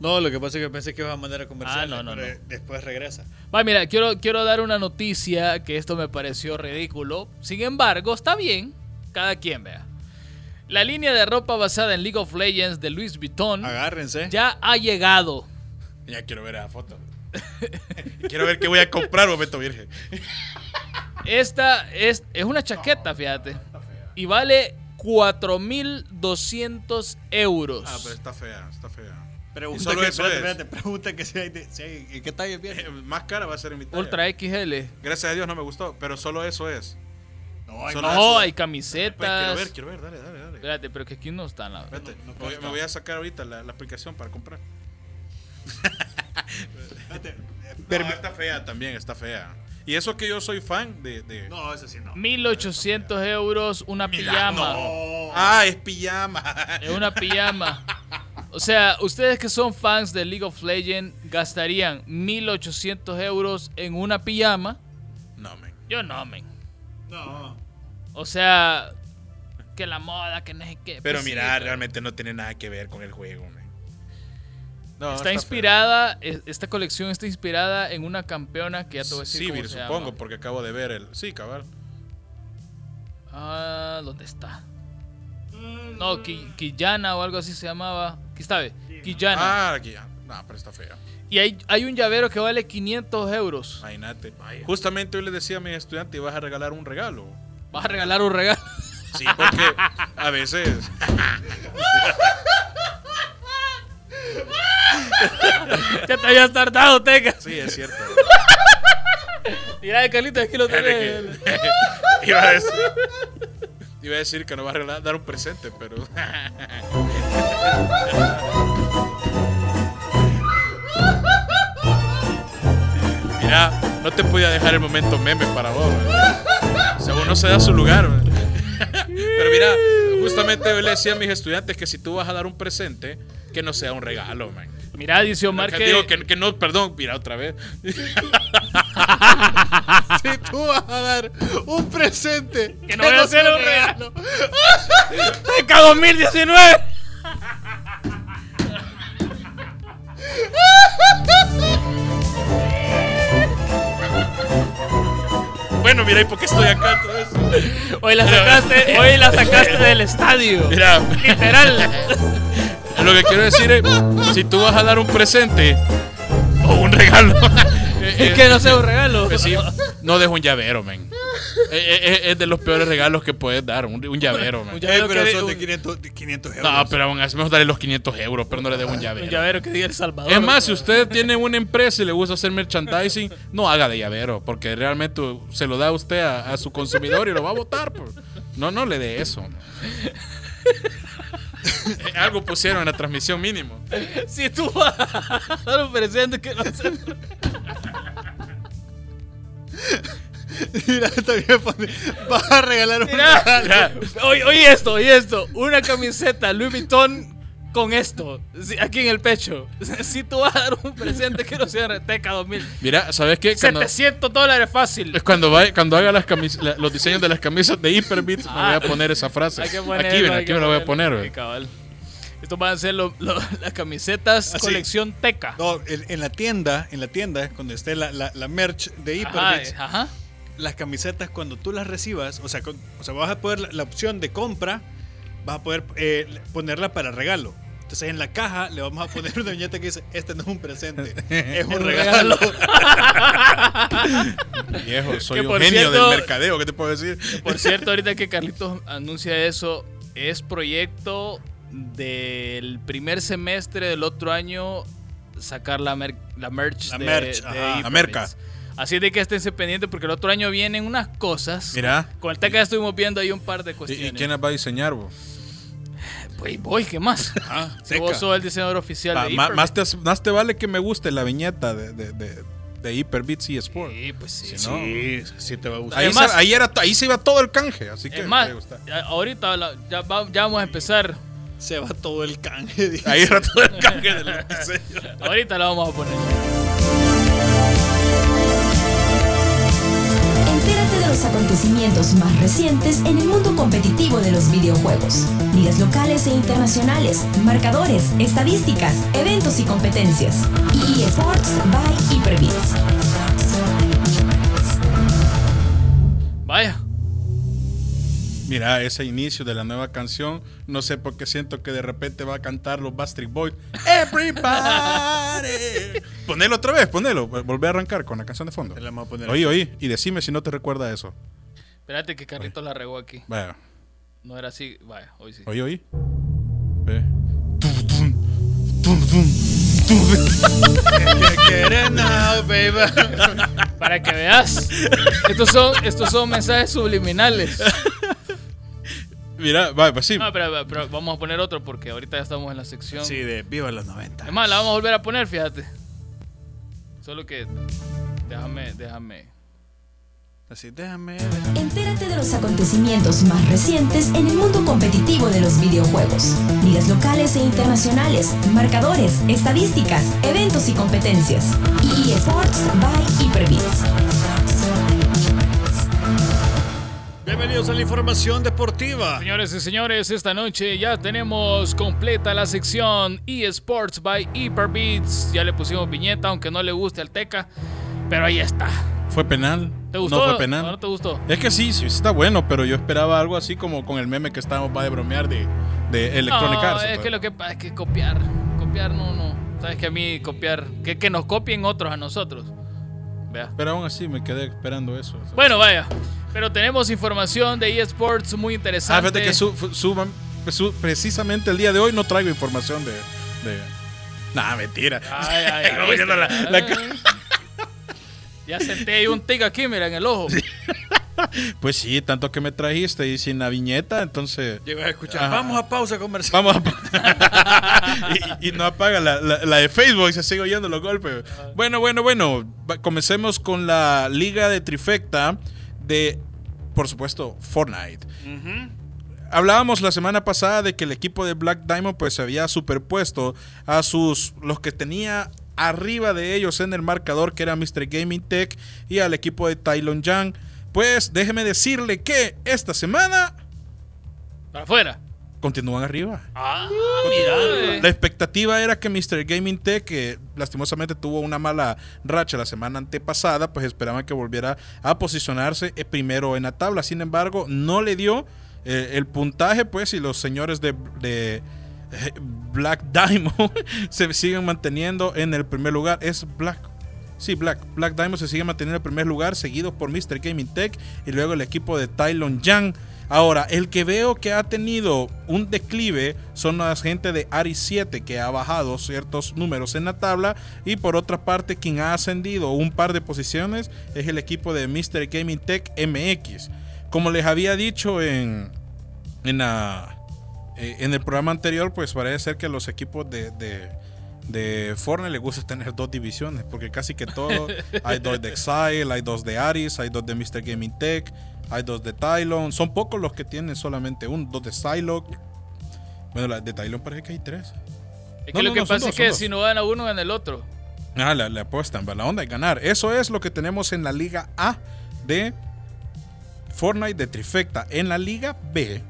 No, lo que pasa es que pensé que ibas a mandar a conversar. Ah, no, no, pero Después regresa. Va, mira, quiero, quiero dar una noticia que esto me pareció ridículo. Sin embargo, está bien. Cada quien vea. La línea de ropa basada en League of Legends de Louis Vuitton Agárrense. ya ha llegado. Ya quiero ver esa foto. [LAUGHS] Quiero ver qué voy a comprar, momento virgen. Esta es, es una chaqueta, fíjate. Y vale 4.200 euros. Ah, pero está fea, está fea. Pregunta Y solo que, eso espérate, es. espérate, pregunta que si hay, de- si hay- ¿en qué talla viene? Eh, Más cara va a ser en mi talla. Ultra XL. Gracias a Dios no me gustó, pero solo eso es. No, hay Solo más. No, Oh, hay Ah, Pues, quiero ver, camisetas. quiero ver, dale, dale, dale. Espérate, pero que aquí no están la Espérate, no, no, voy- me no. voy a sacar ahorita la, la aplicación para comprar. No, Espérate, eh, está fea también, está fea. Y eso que yo soy fan de. de- No, eso sí [LAUGHS] no. 1800 euros una Mira, pijama. No. Ah, es pijama. [LAUGHS] Es una pijama. O sea, ustedes que son fans de League of Legends gastarían 1800 euros en una pijama. No, men. Yo no, men. No. O sea, que la moda, que no sé qué. Pero Pues sí, mira, pero realmente no tiene nada que ver con el juego, men. No, Está fea. inspirada, e- esta colección está inspirada en una campeona que ya te voy a decir. cómo Civil, se llama. supongo, porque acabo de ver el. Sí, cabal. Ah, ¿dónde está? No, Ki- Quillana o algo así se llamaba. ¿Quistabe? Quillana. Ah, aquí. ah, No, pero está fea. Y hay, hay un llavero que vale 500 euros. Imagínate. Justamente hoy le decía a mis estudiantes: ibas a regalar un regalo. Vas a regalar un regalo. [LAUGHS] Sí, porque a veces. ya te habías tardado, Teca. Sí, es cierto. Mira, Carlitos, aquí lo Espérate tenés. que- iba, a decir, iba a decir que nos va a regalar, dar un presente, pero. [LAUGHS] Mira, no te podía dejar el momento meme para vos. ¿verdad? O sea, uno se da su lugar. ¿verdad? [LAUGHS] Pero mira, justamente yo le decía a mis estudiantes que si tú vas a dar un presente, que no sea un regalo, man. Mira, dice Omar que. Digo que, que no, perdón, mira otra vez. [LAUGHS] Si tú vas a dar un presente. que no voy a hacer un regalo. [LAUGHS] Teca 2019. Bueno, mira, ¿y por qué estoy acá? Todo eso? Hoy la sacaste, hoy la sacaste del estadio. Mira, [LAUGHS] Literal. lo que quiero decir es, si tú vas a dar un presente o un regalo, [LAUGHS] eh, eh, Es que no sea un regalo. pues sí, no dejo un llavero, men. Eh, eh, eh, es de los peores regalos que puedes dar, un, un llavero, men. Un Eh, llavero pero que- son de un- 500, de 500 [LAUGHS] euros. No, pero aún así, mejor darle los 500 euros, pero no le dejo un Un llavero. llavero que diga El Salvador. Es más, si usted tiene una empresa y le gusta hacer merchandising, no haga de llavero, porque realmente se lo da usted a, a su consumidor y lo va a votar. por- No, no le dé [LAUGHS] eso. man. Eh, Algo pusieron en la transmisión mínimo. [LAUGHS] Si tú vas a dar un presente que no sea. Mira, está bien, pone, Vas a regalar un Mira, Oye, oye esto, oye esto. Una camiseta Louis Vuitton con esto, sí, aquí en el pecho. [LAUGHS] Si tú vas a dar un presente que no sea Reteca 2000. Mira, ¿sabes qué? Cuando, 700 dólares fácil. es cuando, va- cuando haga las camis- la- los diseños de las camisas de Hyperbeats, me voy Ah. a poner esa frase. Hay que aquí, ponerlo, ven, hay aquí que me la voy a ponerlo. Sí, poner. ven. cabal. Estos van a ser lo- lo- las camisetas Así. colección Teca. No, en, en la tienda, en la tienda, cuando esté la, la, la merch de Ajá, Hyperbits, eh, ajá. las camisetas cuando tú las recibas, o sea, con- o sea vas a poder la, la opción de compra, vas a poder eh, ponerla para regalo. Entonces en la caja le vamos a poner una viñeta que dice, este no es un presente, es [LAUGHS] un regalo. Viejo, soy Que un por genio cierto- del mercadeo, ¿qué te puedo decir? Por cierto, ahorita que Carlitos anuncia eso, es proyecto del primer semestre del otro año sacar la, mer- la merch La de, merch, de ajá. Hyperbits. La merca. Así de que esténse pendientes porque el otro año vienen unas cosas. Mira. Con el Teca ya estuvimos viendo ahí un par de ¿Y, y cuestiones. quién las va a diseñar, vos? Pues voy, ¿qué más? [LAUGHS] Ah, Si vos teca. sos el diseñador oficial Ah, de ma- Hyperbits. más, te, más te vale que me guste la viñeta de, de, de, de Hyperbeats y Sport. Sí, pues sí. Si no, Sí, sí te va a gustar. ahí, Además- se, ahí era, ahí se iba todo el canje, así que Es me más, gusta. ya- ahorita la- ya, va- ya vamos a empezar. Se va todo el canje. dice. Ahí era todo [LAUGHS] el canje [LAUGHS] de los diseños. Ahorita la vamos a poner. Entérate de los acontecimientos más recientes en el mundo competitivo de los videojuegos. Ligas locales e internacionales, marcadores, estadísticas, eventos y competencias. EA Sports by Hyperbits. Vaya. Mira, ese inicio de la nueva canción, no sé [LAUGHS] por qué siento que de repente va a cantar los Backstreet Boys. Everybody. Ponelo otra vez, ponelo. Volvé a arrancar con la canción de fondo. Te la vamos a poner Oí, oí. Y decime si no te recuerda eso. Espérate que Carlitos la regó aquí. Vaya. No era así. Vaya, hoy sí. Oí, oí. Ve. Tum, tum, tum, tum, tum. Now, baby. Para que veas. Estos son, estos son mensajes subliminales. Mira, vaya, pues sí. No, espera, espera, pero vamos a poner otro porque ahorita ya estamos en la sección. Sí, de Viva los 90. Es más, la vamos a volver a poner, fíjate. Solo que. Déjame, déjame. Así, déjame. Entérate de los acontecimientos más recientes en el mundo competitivo de los videojuegos. Ligas locales e internacionales, marcadores, estadísticas, eventos y competencias. EA Sports by Hyperbits. Bienvenidos a la información deportiva. Señores y señores, esta noche ya tenemos completa la sección eSports by Hyperbeats. Ya le pusimos viñeta, aunque no le guste al Teca, pero ahí está. ¿Fue penal? ¿Te gustó? No fue ¿O no penal. te gustó? Es que sí, sí, está bueno, pero yo esperaba algo así como con el meme que estábamos para de bromear de, de No, Electronic Arts, es pues. que lo que pasa es que copiar, copiar no, no. Sabes que a mí copiar, que, que nos copien otros a nosotros. Vea. Pero aún así me quedé esperando eso. Bueno, vaya. Pero tenemos información de eSports muy Ah, interesante. fíjate que su- fu- suban- su- precisamente el día de hoy no traigo información de. de... Nah, mentira. Ay, ay, ay, [LAUGHS] Como viendo la- ¿viste? la ca- Ya senté ahí un tic aquí, mira, en el ojo. Pues sí, tanto que me trajiste y sin la viñeta, entonces. Llegas a escuchar. Ajá. Vamos a pausa comercial. [LAUGHS] Vamos a- y, y no apaga la, la- la de Facebook y se sigue oyendo los golpes. Bueno, bueno, bueno. Va- Comencemos con la liga de trifecta de, por supuesto, Fortnite. Hablábamos la semana pasada de que el equipo de Black Diamond pues se había superpuesto a sus los que tenía arriba de ellos en el marcador que era Mr. Gaming Tech y al equipo de Tylon Yang. Pues déjeme decirle que esta semana Para afuera. continúan arriba. Ah, La expectativa era que Mr. Gaming Tech, que lastimosamente tuvo una mala racha la semana antepasada, pues esperaban que volviera a posicionarse eh, primero en la tabla. Sin embargo, no le dio eh, el puntaje, pues, y los señores de, de, eh, Black Diamond [LAUGHS] se siguen manteniendo en el primer lugar. Es Black. Sí, Black. Black Diamond se sigue manteniendo en el primer lugar, seguidos por Mr. Gaming Tech y luego el equipo de Tylon Yang. Ahora, el que veo que ha tenido un declive son la gente de Ari 7, que ha bajado ciertos números en la tabla. Y por otra parte, quien ha ascendido un par de posiciones es el equipo de Mr. Gaming Tech MX. Como les había dicho en, en, la- eh, en el programa anterior, pues parece ser que a los equipos de, de, de Fortnite les gusta tener dos divisiones, porque casi que todo, hay dos de Exile, hay dos de Aris, hay dos de Mr. Gaming Tech, hay dos de Tylon, son pocos los que tienen solamente uno, dos de Psylocke. Bueno, la de Tylon parece que hay tres. Es que No, lo no, que no, son pasa dos, es son que dos. si no gana uno, gana el otro. Ah, la, la apuestan, va, la onda es ganar. Eso es lo que tenemos en la Liga A de Fortnite de Trifecta. En la Liga B,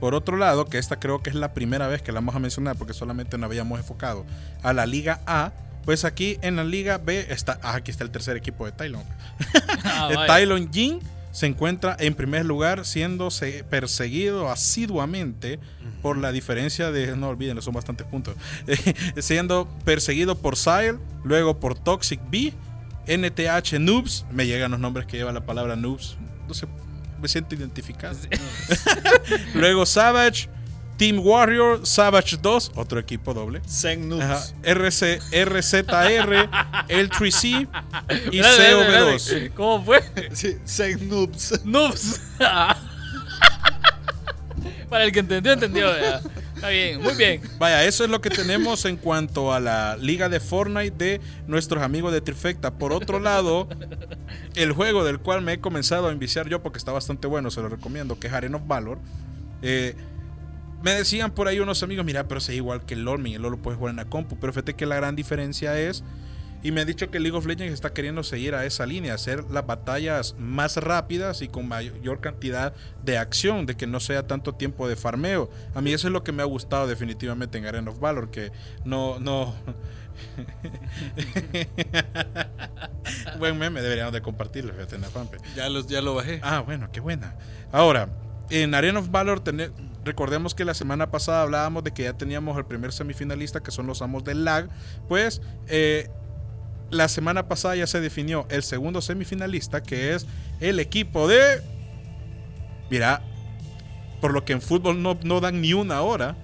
por otro lado, que esta creo que es la primera vez que la vamos a mencionar porque solamente nos habíamos enfocado a la Liga A. Pues aquí en la Liga B está. Ah, aquí está el tercer equipo de Tylon. Ah, Eh, vaya. Tylon Jin se encuentra en primer lugar siendo se- perseguido asiduamente por la diferencia de, no olviden, son bastantes puntos, [LAUGHS] Eh, siendo perseguido por Sile, luego por Toxic B, NTH Noobs, me llegan los nombres que lleva la palabra Noobs, no sé, me siento identificado. [LAUGHS] luego Savage, Team Warrior, Savage 2, otro equipo doble. Zen Noobs. Ajá, RC, [LAUGHS] RZR, L3C Espérate, y espérate, COV2. espérate. ¿Cómo fue? [LAUGHS] Sí, Zen Noobs. Noobs. pues, [LAUGHS] Para el que entendió, entendió. ya. Está bien, muy bien. Vaya, eso es lo que tenemos en cuanto a la liga de Fortnite de nuestros amigos de Trifecta. Por otro lado, el juego del cual me he comenzado a enviciar yo porque está bastante bueno, se lo recomiendo, que es Arena of Valor. Eh, me decían por ahí unos amigos, mira, pero es igual que el LOL, mi, el LOL lo puedes jugar en la compu, pero fíjate que la gran diferencia es, y me han dicho que League of Legends está queriendo seguir a esa línea, hacer las batallas más rápidas y con mayor cantidad de acción, de que no sea tanto tiempo de farmeo. A mí eso es lo que me ha gustado definitivamente en Arena of Valor, que no, no... [LAUGHS] Buen meme, deberíamos de compartirlo, fíjate, en la fanpage. Ya, los, ya lo bajé. Ah, bueno, qué buena. Ahora, en Arena of Valor, tener- recordemos que la semana pasada hablábamos de que ya teníamos el primer semifinalista, que son los amos del lag. Pues eh, la semana pasada ya se definió el segundo semifinalista, que es el equipo de. Mira, por lo que en fútbol no, no dan ni una hora,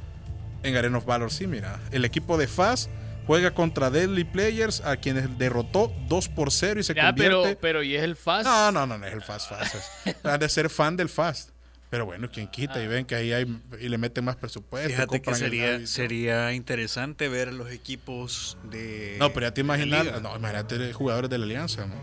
en Arena of Valor sí, mira. El equipo de FAS juega contra Deadly Players, a quienes derrotó 2 por 0 y se Ya, pero, convierte. pero ¿y es el fast? No, no, no, no es el Fast Fast. es- Ha de ser fan del Fast. Pero bueno, quien quita y ven que ahí hay y le meten más presupuesto. Fíjate que compran el sería, árbitro. sería interesante ver los equipos de. No, pero ya te de la liga. imaginas. No, imagínate jugadores de la alianza. ¿no?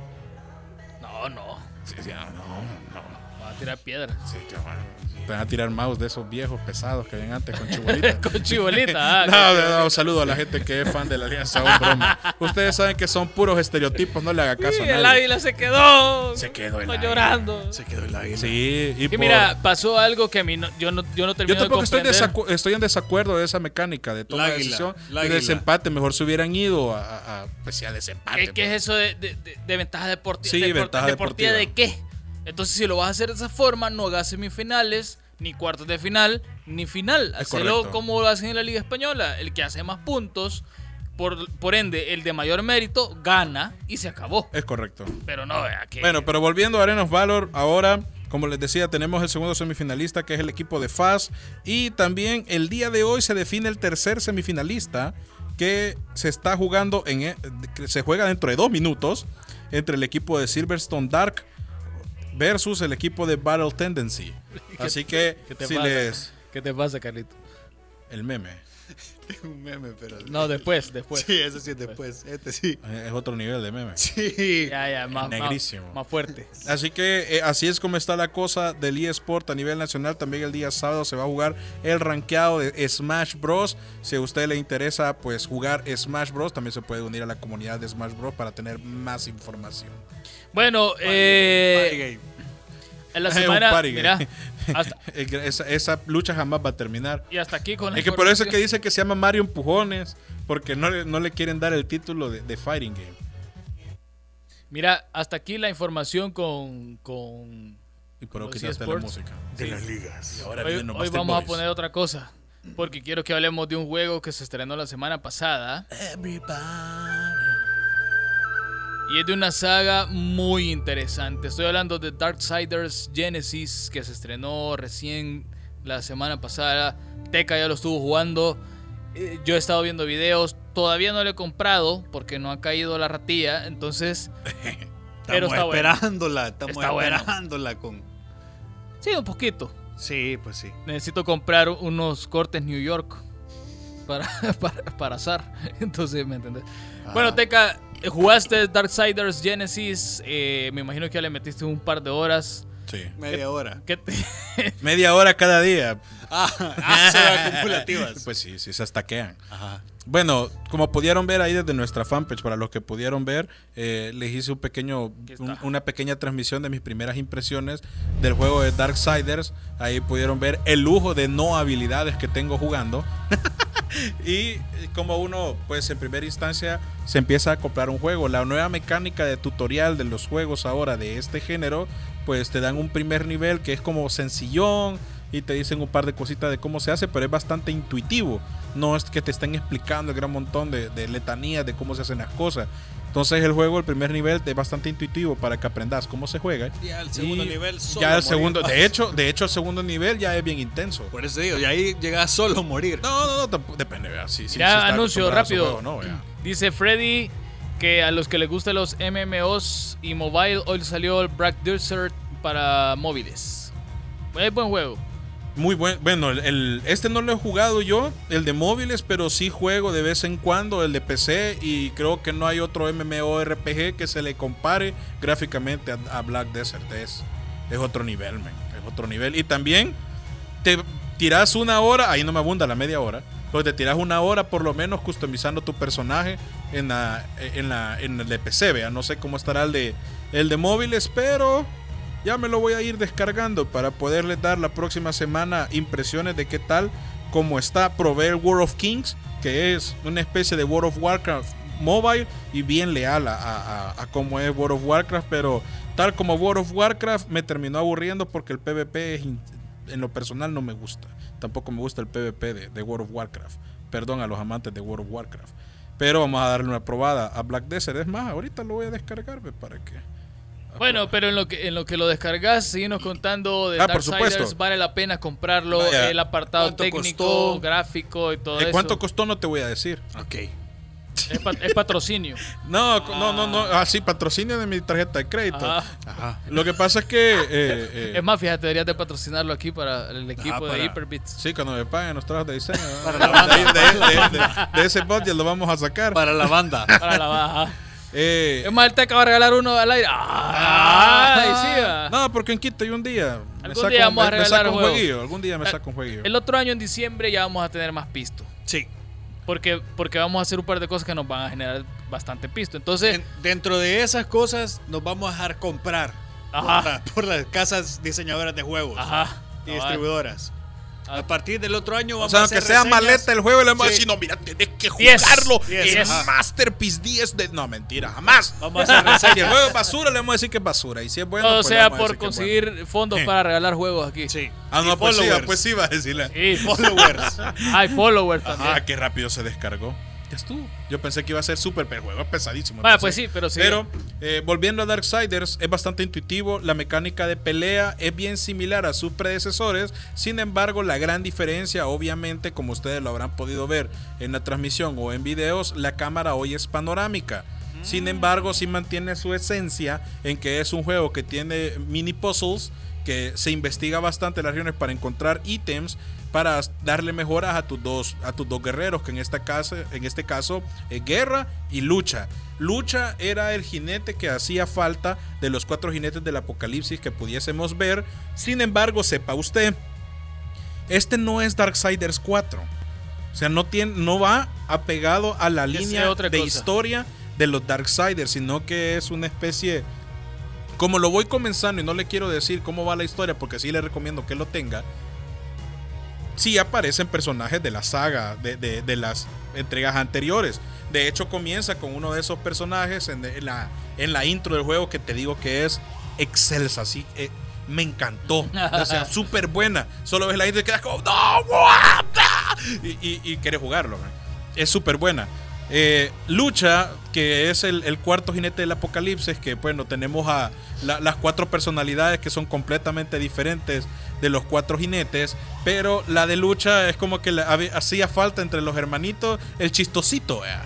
No, no. Sí, sí, ah, no, no. Va a tirar piedras. Sí, te van a- te van a tirar mouse de esos viejos pesados que habían antes con chibolita. [LAUGHS] [LAUGHS] Con chibolita. ah, No, no, no, un saludo a la gente que es fan de la alianza. un broma. Ustedes saben que son puros estereotipos, no le haga con- caso Sí, a el nadie. águila se quedó. Se quedó el Está águila. llorando. Se quedó el águila. [LAUGHS] Sí, y Y por- mira, pasó algo que a mí no, yo no, yo no termino Yo tampoco de estoy, comprender. desacu- estoy en desacuerdo de esa mecánica de toma La de águila, decisión la y águila. desempate. Mejor se hubieran ido a, a, a especial desempate. ¿Qué, qué es pues. eso de, de- de- de ventaja deportiva? Sí, ventaja deportiva. ¿De deportiva. qué? Entonces, si lo vas a hacer de esa forma, no hagas semifinales, ni cuartos de final, ni final. Es Hacelo correcto. como lo hacen en la Liga Española. El que hace más puntos, por, por ende, el de mayor mérito, gana y se acabó. Es correcto. Pero no, vea que. Bueno, pero volviendo a Arenos Valor, ahora, como les decía, tenemos el segundo semifinalista que es el equipo de FAS. Y también el día de hoy se define el tercer semifinalista que se está jugando en. e- que se juega dentro de dos minutos entre el equipo de Silverstone Dark versus el equipo de Battle [LAUGHS] Tendency. Así que, ¿Qué te si pasa? les. ¿Qué te pasa, Carlito? El meme. Un meme, pero. No, después, pues. después. Sí, ese sí es después. Este sí. Eh, Es otro nivel de meme. Sí. Ya, ya, más, más- Negrísimo. más fuerte. Así que eh, así es como está la cosa del eSport a nivel nacional. También el día sábado se va a jugar el rankeado de Smash Bros. Si a usted le interesa pues jugar Smash Bros, también se puede unir a la comunidad de Smash Bros para tener más información. Bueno, eh, Party game. en la Es [LAUGHS] un semana. party Mira, game. hasta- Esa, esa lucha jamás va a terminar. y hasta aquí con la Es que por eso es que información. dice que se llama Mario Empujones, porque no le, no le quieren dar el título de, de Fighting Game. Mira, hasta aquí la información con. con... Y por eso Los quitaste la eSports. música. De las ligas. Ahora Hoy, vienen los hoy Backstreet vamos a Boys. poner otra cosa. Porque quiero que hablemos de un juego que se estrenó la semana pasada. Y es de una saga muy interesante. Estoy hablando de Darksiders Genesis, que se estrenó recién la semana pasada. Teca ya lo estuvo jugando. Eh, Yo he estado viendo videos. Todavía no lo he comprado porque no ha caído la ratilla. Entonces, pero Estamos está bueno. esperándola. Estamos Está bueno. esperándola con. Sí, un poquito. Sí, pues sí. Necesito comprar unos cortes New York para, [LAUGHS] para, para azar. [LAUGHS] Entonces, ¿me entendés? Ah. Bueno, Teca, jugaste Darksiders Genesis. eh, me imagino que ya le metiste un par de horas. Sí. [LAUGHS] Media [LAUGHS] hora. ¿Qué [LAUGHS] te- Media hora cada día. Ah, [LAUGHS] ah, se [LAUGHS] va acumulativas. Pues sí, sí, se estaquean. Ajá. Bueno, como pudieron ver ahí desde nuestra fanpage, para los que pudieron ver, eh, les hice un pequeño, Aquí está. un- una pequeña transmisión de mis primeras impresiones del juego de Darksiders. Ahí pudieron ver el lujo de no habilidades que tengo jugando. y eh, como uno, pues en primera instancia, se empieza a acoplar un juego. La nueva mecánica de tutorial de los juegos ahora de este género, pues te dan un primer nivel que es como sencillón y te dicen un par de cositas de cómo se hace, pero es bastante intuitivo. No es que te estén explicando el gran montón de, de letanías de cómo se hacen las cosas. Entonces el juego, el primer nivel, es bastante intuitivo para que aprendas cómo se juega. Ya el segundo Y nivel solo. Ya el morir. segundo, [LAUGHS] de hecho, de hecho el segundo nivel ya es bien intenso. Por eso digo, y ahí llegas solo a morir. No, no, no, tampoco- depende, vea, si- si- Mirá, si está anuncio, acostumbrado a su rápido. juego, no, vea. Dice Freddy que a los que les gustan los MMOs y mobile, hoy salió el Black Desert para móviles. Es buen juego. Muy buen. Bueno, el, el- este no lo he jugado yo, el de móviles, pero sí juego de vez en cuando el de PC y creo que no hay otro MMORPG que se le compare gráficamente a, a Black Desert. Es, es otro nivel, men, es otro nivel. Y también te tiras una hora, ahí no me abunda la media hora, pero te tiras una hora por lo menos customizando tu personaje en la en la en el de PC, vea, no sé cómo estará el de el de móviles, pero ya me lo voy a ir descargando para poderles dar la próxima semana impresiones de qué tal como está Prover World of Kings, que es una especie de World of Warcraft mobile y bien leal a, a- a- a cómo es World of Warcraft, pero tal como World of Warcraft me terminó aburriendo porque el PvP es in- en lo personal no me gusta. Tampoco me gusta el PvP de, de World of Warcraft. Perdón a los amantes de World of Warcraft. Pero vamos a darle una probada a Black Desert. Es más, ahorita lo voy a descargar ve, para que. Bueno, pero en lo que, en lo, que lo descargas, seguimos contando de Ah, por Darksiders. supuesto. Vale la pena comprarlo. Vaya. El apartado ¿Cuánto técnico, costó? gráfico y todo Eh, eso. ¿Cuánto costó? No te voy a decir. Ok. Es, pa- es patrocinio. No, no, no, no. Ah, sí, patrocinio de mi tarjeta de crédito. Ajá. Ajá. Lo que pasa es que. [LAUGHS] eh, eh, Es más, fíjate, deberías de patrocinarlo aquí para el equipo de para- Hyperbits. Sí, cuando me paguen los trabajos de diseño. ¿no? Para la banda. De, de- de- de ese budget lo vamos a sacar. Para [LAUGHS] la banda. Para la baja. Eh, Es más, él te acaba de regalar uno al aire. Ah, Ay, sí, va. no, porque en Quito hay un día. Algún día vamos a me- me regalar saco un juego. jueguillo. Algún día me saco un jueguillo. El otro año en diciembre ya vamos a tener más pisto. Sí. Porque, porque vamos a hacer un par de cosas que nos van a generar bastante pisto. Entonces, En- dentro de esas cosas nos vamos a dejar comprar por, ajá, la- por las casas diseñadoras de juegos ajá. y distribuidoras. Ah. A partir del otro año O vamos sea, a aunque hacer sea reseñas. maleta el juego, le vamos a Sí. decir, no, mira, tenés que Diez. jugarlo. Diez, Es ajá. Masterpiece 10 de... No, mentira, jamás. Vamos a hacer [LAUGHS] Si el reseñas. juego es basura, le vamos a decir que es basura. Y si es bueno, Todo pues le sea vamos a por decir que es conseguir fondos para regalar juegos aquí. Sí. bueno. Ah, Y no, pues sí, followers. pues sí, va a decirle. [LAUGHS] Sí. Followers. Hay followers también. Ajá, qué rápido se descargó. Ya estuvo. Yo pensé que iba a ser súper, pero el juego es pesadísimo. Vaya, pues entonces. sí, pero sí. Pero eh, volviendo a Darksiders, es bastante intuitivo, la mecánica de pelea es bien similar a sus predecesores, sin embargo la gran diferencia, obviamente como ustedes lo habrán podido ver en la transmisión o en videos, la cámara hoy es panorámica. Mm. Sin embargo, sí mantiene su esencia en que es un juego que tiene mini puzzles, que se investiga bastante las regiones para encontrar ítems para darle mejoras a tus dos a tus dos guerreros que en esta casa en este caso es guerra y lucha lucha era el jinete que hacía falta de los cuatro jinetes del apocalipsis que pudiésemos ver sin embargo sepa usted este no es Darksiders 4 o sea no tiene no va apegado a la sea línea otra de cosa. historia de los Darksiders sino que es una especie como lo voy comenzando y no le quiero decir cómo va la historia, porque sí le recomiendo que lo tenga. Sí aparecen personajes de la saga, de, de- de las entregas anteriores. De hecho, comienza con uno de esos personajes en, en la, en la intro del juego que te digo que es excelsa. Sí, Eh, me encantó. O sea, súper buena. Solo ves la intro y quedas como, ¡No! what the-" Y, y- y quieres jugarlo. man. Es súper buena. Eh, Lucha, que es el, el cuarto jinete del apocalipsis, que bueno, tenemos a la- las cuatro personalidades que son completamente diferentes de los cuatro jinetes, pero la de Lucha es como que la- habe- hacía falta entre los hermanitos el chistosito. vea.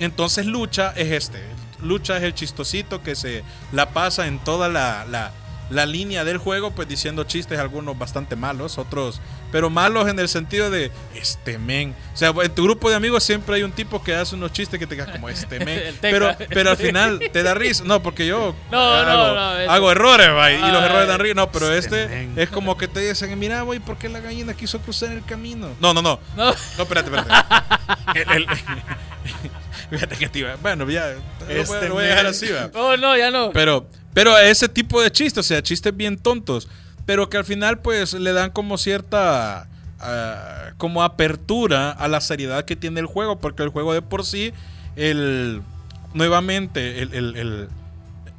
Entonces Lucha es este. Lucha es el chistosito que se la pasa en toda la, la- la línea del juego, pues diciendo chistes, algunos bastante malos, otros, pero malos en el sentido de este men. O sea, en tu grupo de amigos siempre hay un tipo que hace unos chistes que te quedas como este men. [LAUGHS] El teca. pero, pero al final te da risa. No, porque yo [LAUGHS] No, hago, no, no, eso- Ah, hago errores, va, y los Ay. errores dan risa. No, pero Este este men. es como que te dicen, mira, güey, ¿por qué la gallina quiso cruzar el camino? No, no, no. No, No, espérate, espérate. [LAUGHS] El- [LAUGHS] el- Fíjate que te iba- Bueno, ya. lo voy a- Este lo voy a dejar men. así, va. no, no, ya no. Pero, pero ese tipo de chistes, o sea, chistes bien tontos, pero que al final pues le dan como cierta ah, como apertura a la seriedad que tiene el juego, porque el juego de por sí, el nuevamente, el, el- el-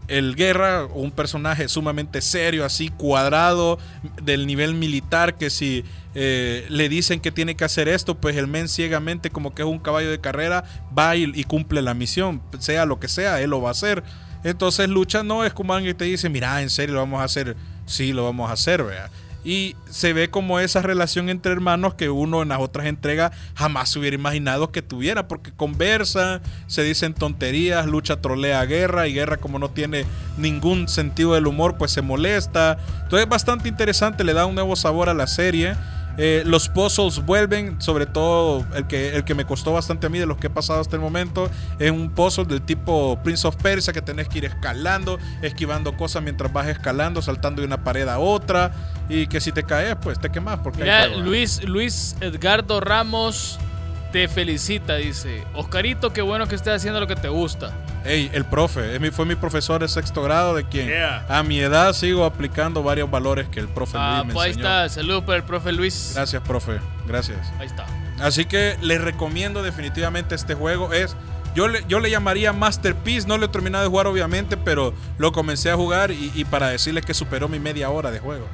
el guerra, un personaje sumamente serio, así cuadrado, del nivel militar, que si eh, le dicen que tiene que hacer esto, pues el men ciegamente, como que es un caballo de carrera, va y, y cumple la misión, sea lo que sea, él lo va a hacer. Entonces lucha no es como alguien que te dice, mira, en serio lo vamos a hacer, sí, lo vamos a hacer, vea. Y se ve como esa relación entre hermanos que uno en las otras entregas jamás se hubiera imaginado que tuviera, porque conversan, se dicen tonterías, lucha trolea a guerra y guerra como no tiene ningún sentido del humor, pues se molesta. Entonces es bastante interesante, le da un nuevo sabor a la serie. Eh, los puzzles vuelven, sobre todo el que, el que me costó bastante a mí de los que he pasado hasta el momento, es un puzzle del tipo Prince of Persia que tenés que ir escalando, esquivando cosas mientras vas escalando, saltando de una pared a otra y que si te caes pues te quemas porque hay Mira, fuego, ¿eh? Luis, Luis Edgardo Ramos te felicita, dice. Oscarito, qué bueno que estés haciendo lo que te gusta. Ey, el profe, es mi- fue mi profesor de sexto grado de quien Yeah. a mi edad sigo aplicando varios valores que el profe Ah, Luis me pues ahí enseñó. está. Saludos para el profe Luis. Gracias profe, gracias. Ahí está. Así que les recomiendo definitivamente este juego. Es. Yo le, yo le llamaría Masterpiece, no lo he terminado de jugar obviamente, pero lo comencé a jugar y, y para decirles que superó mi media hora de juego.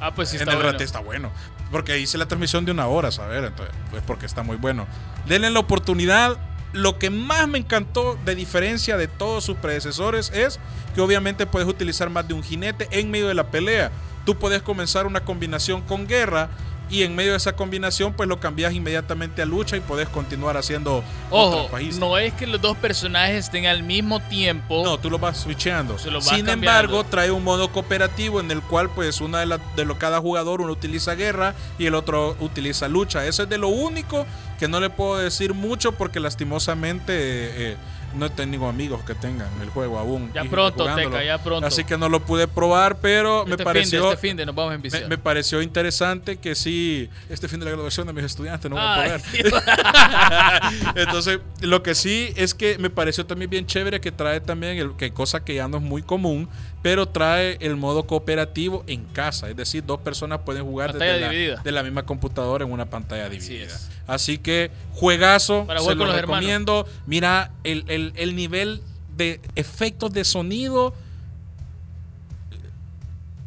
Ah, pues sí en está el bueno. rate está bueno. Porque hice la transmisión de una hora, ¿sabes? Entonces, pues porque está muy bueno. Denle la oportunidad, lo que más me encantó de diferencia de todos sus predecesores es que obviamente puedes utilizar más de un jinete en medio de la pelea. Tú puedes comenzar una combinación con guerra y en medio de esa combinación pues lo cambias inmediatamente a lucha y podés continuar haciendo Ojo, otras pajistas. no es que los dos personajes estén al mismo tiempo. Este No, tú lo vas switcheando. Se lo vas Sin cambiando. embargo, trae un modo cooperativo en el cual, pues, una de, la- de lo, cada jugador uno utiliza guerra y el otro utiliza lucha. Eso es de lo único que no le puedo decir mucho porque lastimosamente eh, eh, no tengo amigos que tengan el juego aún. Ya y pronto, jugándolo. Teca, ya pronto. Así que no lo pude probar, pero Este me fin de- pareció. este fin de nos vamos a me, enviciar. me pareció interesante que sí, este fin de la graduación de mis estudiantes no voy a Ay, poder. Dios. [LAUGHS] Entonces, lo que sí es que me pareció también bien chévere que trae también, el, que cosa que ya no es muy común, pero trae el modo cooperativo en casa. Es decir, dos personas pueden jugar Pantalla desde la, dividida. de la misma computadora en una pantalla dividida. es. Así que, juegazo, Para se jugar lo con los hermanos. recomiendo. Mira el, el- el nivel de efectos de sonido.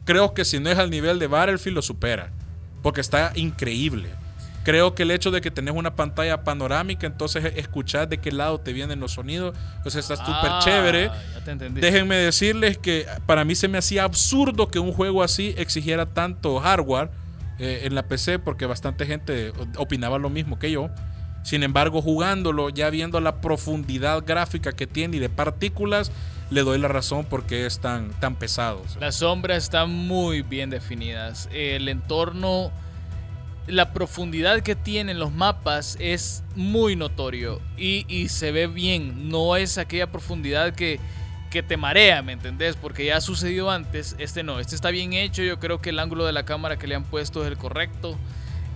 Creo que si no es al nivel de Battlefield, lo supera. Porque está increíble. Creo que el hecho de que tenés una pantalla panorámica, entonces escuchás de qué lado te vienen los sonidos, entonces está súper Ah, chévere. Ya te entendí. Déjenme decirles que para mí se me hacía absurdo que un juego así exigiera tanto hardware eh, en la PC, porque bastante gente opinaba lo mismo que yo. Sin embargo, jugándolo, ya viendo la profundidad gráfica que tiene y de partículas, le doy la razón porque es tan, tan pesado. o sea. Las sombras están muy bien definidas. El entorno, la profundidad que tienen los mapas es muy notorio y, y se ve bien. No es aquella profundidad que, que te marea, ¿me entendés? Porque ya ha sucedido antes. Este no, este está bien hecho. Yo creo que el ángulo de la cámara que le han puesto es el correcto.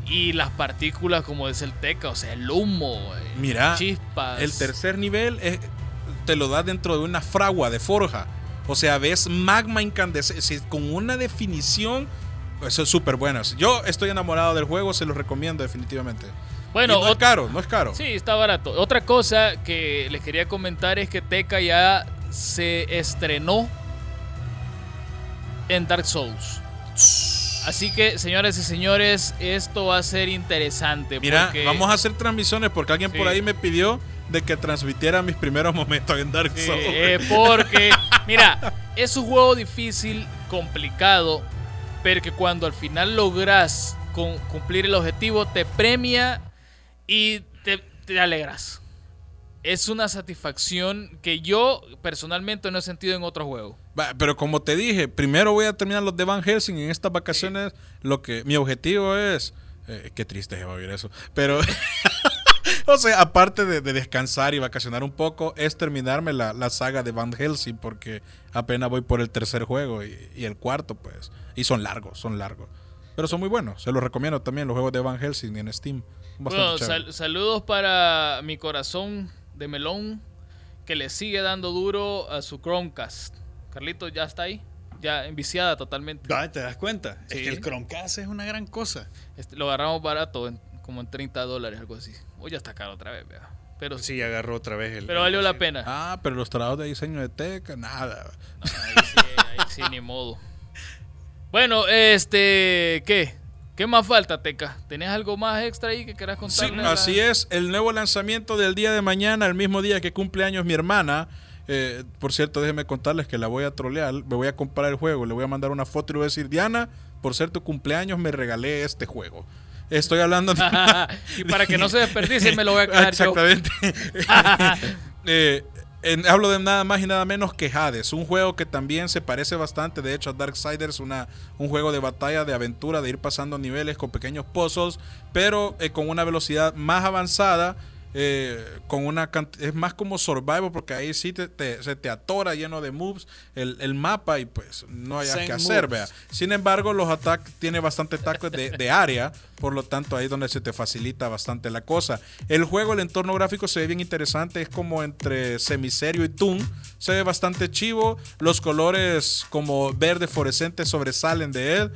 Y las partículas, como es el teca, o sea, el humo, eh, Mira, chispas. El tercer nivel es- te lo da dentro de una fragua de forja. O sea, ves magma incandescente con una definición. Eso es súper bueno. Yo estoy enamorado del juego, se los recomiendo definitivamente. Bueno, Y no es ot- caro, no es caro. Sí, está barato. Otra cosa que les quería comentar es que Teca ya se estrenó en Dark Souls. Así que, señoras y señores, esto va a ser interesante. Mira, porque- vamos a hacer transmisiones porque alguien por Sí. ahí me pidió de que transmitiera mis primeros [LAUGHS] momentos en Dark Sí, Souls. eh, porque, mira, es un juego difícil, complicado, pero que cuando al final logras con- cumplir el objetivo, te premia y te, te alegras. Es una satisfacción que yo personalmente no he sentido en otro juego. Va, Pero como te dije, primero voy a terminar los de Van Helsing en estas vacaciones. Lo que mi objetivo es. eh, qué triste se va a oír eso. Pero. [LAUGHS] o sea, aparte de, de descansar y vacacionar un poco, es terminarme la, la saga de Van Helsing. Porque apenas voy por el tercer juego y, y el cuarto, pues. Y son largos, son largos. Pero son muy buenos. Se los recomiendo también los juegos de Van Helsing en Steam. Bastante Bueno, chévere. sal- saludos para mi corazón de melón que le sigue dando duro a su Chromecast. Carlito ya está ahí, ya enviciada totalmente. Ah, ¿Te das cuenta? Sí. Es que el Chromecast es una gran cosa. Este, lo agarramos barato, en- como en 30 dólares, algo así. Hoy ya está caro otra vez, vea. Pero sí. Sí, agarró otra vez el. Pero valió la pena. Ah, pero los trabajos de diseño de Teca, nada. Ahí sí, ahí sí, ni modo. Bueno, este, ¿qué? ¿Qué más falta, Teca? ¿Tenés algo más extra ahí que quieras Sí, contarle? así es. El nuevo lanzamiento del día de mañana, el mismo día que cumple años mi hermana. Eh, por cierto, déjenme contarles que la voy a trolear. Me voy a comprar el juego. Le voy a mandar una foto y le voy a decir, Diana, por ser tu cumpleaños me regalé este juego. Estoy hablando [LAUGHS] de... [LAUGHS] y para que no se desperdicie, me lo [LAUGHS] voy a quedar yo. Ah, [LAUGHS] Exactamente. Eh, en- hablo de nada más y nada menos que Hades, un juego que también se parece bastante, de hecho, a Darksiders, una, un juego de batalla, de aventura, de ir pasando niveles con pequeños puzzles, pero eh, con una velocidad más avanzada. eh, con una cant- es más como survival porque ahí sí te, te- se te atora lleno de moves el, el mapa y pues no hay Zen que hacer vea moves. sin embargo, los ataques tiene bastante ataques de, de área, por lo tanto ahí es donde se te facilita bastante la cosa. El juego, el entorno gráfico se ve bien interesante, es como entre semiserio y Toon, se ve bastante chivo, los colores como verde fluorescente sobresalen de él.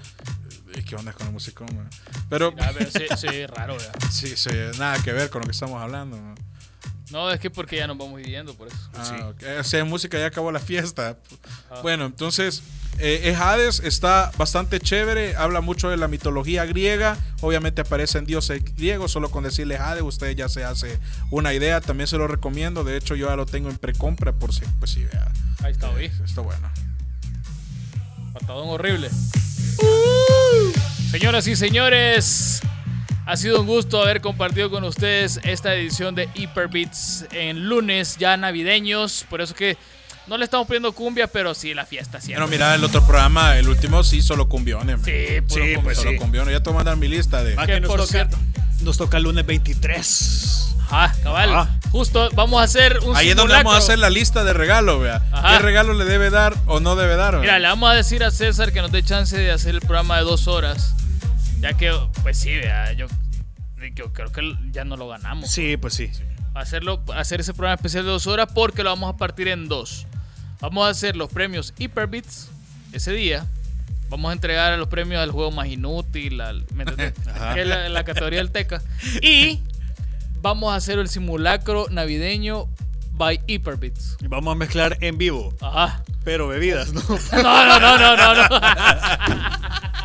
Eh, ¿Qué onda con el musicón? man? Pero A ver, Ah, sí, sí, raro, ¿verdad? sí, sí, nada que ver con lo que estamos hablando. man. No, es que porque Eh, ya nos vamos dividiendo, por eso. Ah. Ah, ok. O sea, música ya acabó la fiesta. Bueno, entonces Eh, es Hades, está bastante chévere, habla mucho de la mitología griega, obviamente aparecen dioses griegos, solo con decirle Hades usted ya se hace una idea, también se lo recomiendo, de hecho yo ya lo tengo en precompra por si, pues si vea. Eh, Ahí está, oí. Está bueno. Patadón horrible. Uh. Señoras y señores, ha sido un gusto haber compartido con ustedes esta edición de Hyperbeats en lunes ya navideños. Por eso que no le estamos pidiendo cumbia, pero sí la fiesta siempre. Bueno, mira, el otro programa, el último sí, solo cumbiones. man. sí, puro Sí, cumbia. pues solo sí. cumbiones, ya te voy a mandar mi lista de... Ah, Que que nos por toca, cierto- nos toca el lunes 23. Ah, cabal. Ah. Justo vamos a hacer un Ahí es donde simulacro. vamos a hacer la lista de regalos, vea. Ajá. ¿Qué regalo le debe dar o no debe dar? vea? Mira, le vamos a decir a César que nos dé chance de hacer el programa de dos horas. Ya que, pues sí, vea, yo, yo creo que ya no lo ganamos. Sí, pues sí. hacerlo, hacer ese programa especial de dos horas porque lo vamos a partir en dos. Vamos a hacer los premios Hyperbits ese día. Vamos a entregar a los premios al juego más inútil, al- ¿me [LAUGHS] entendés? Que es la, la categoría del Teca. Y vamos a hacer el simulacro navideño by Hyperbits. Y Vamos a mezclar en vivo, Ajá. pero bebidas, ¿no? No, no, no, no, no, no. [LAUGHS]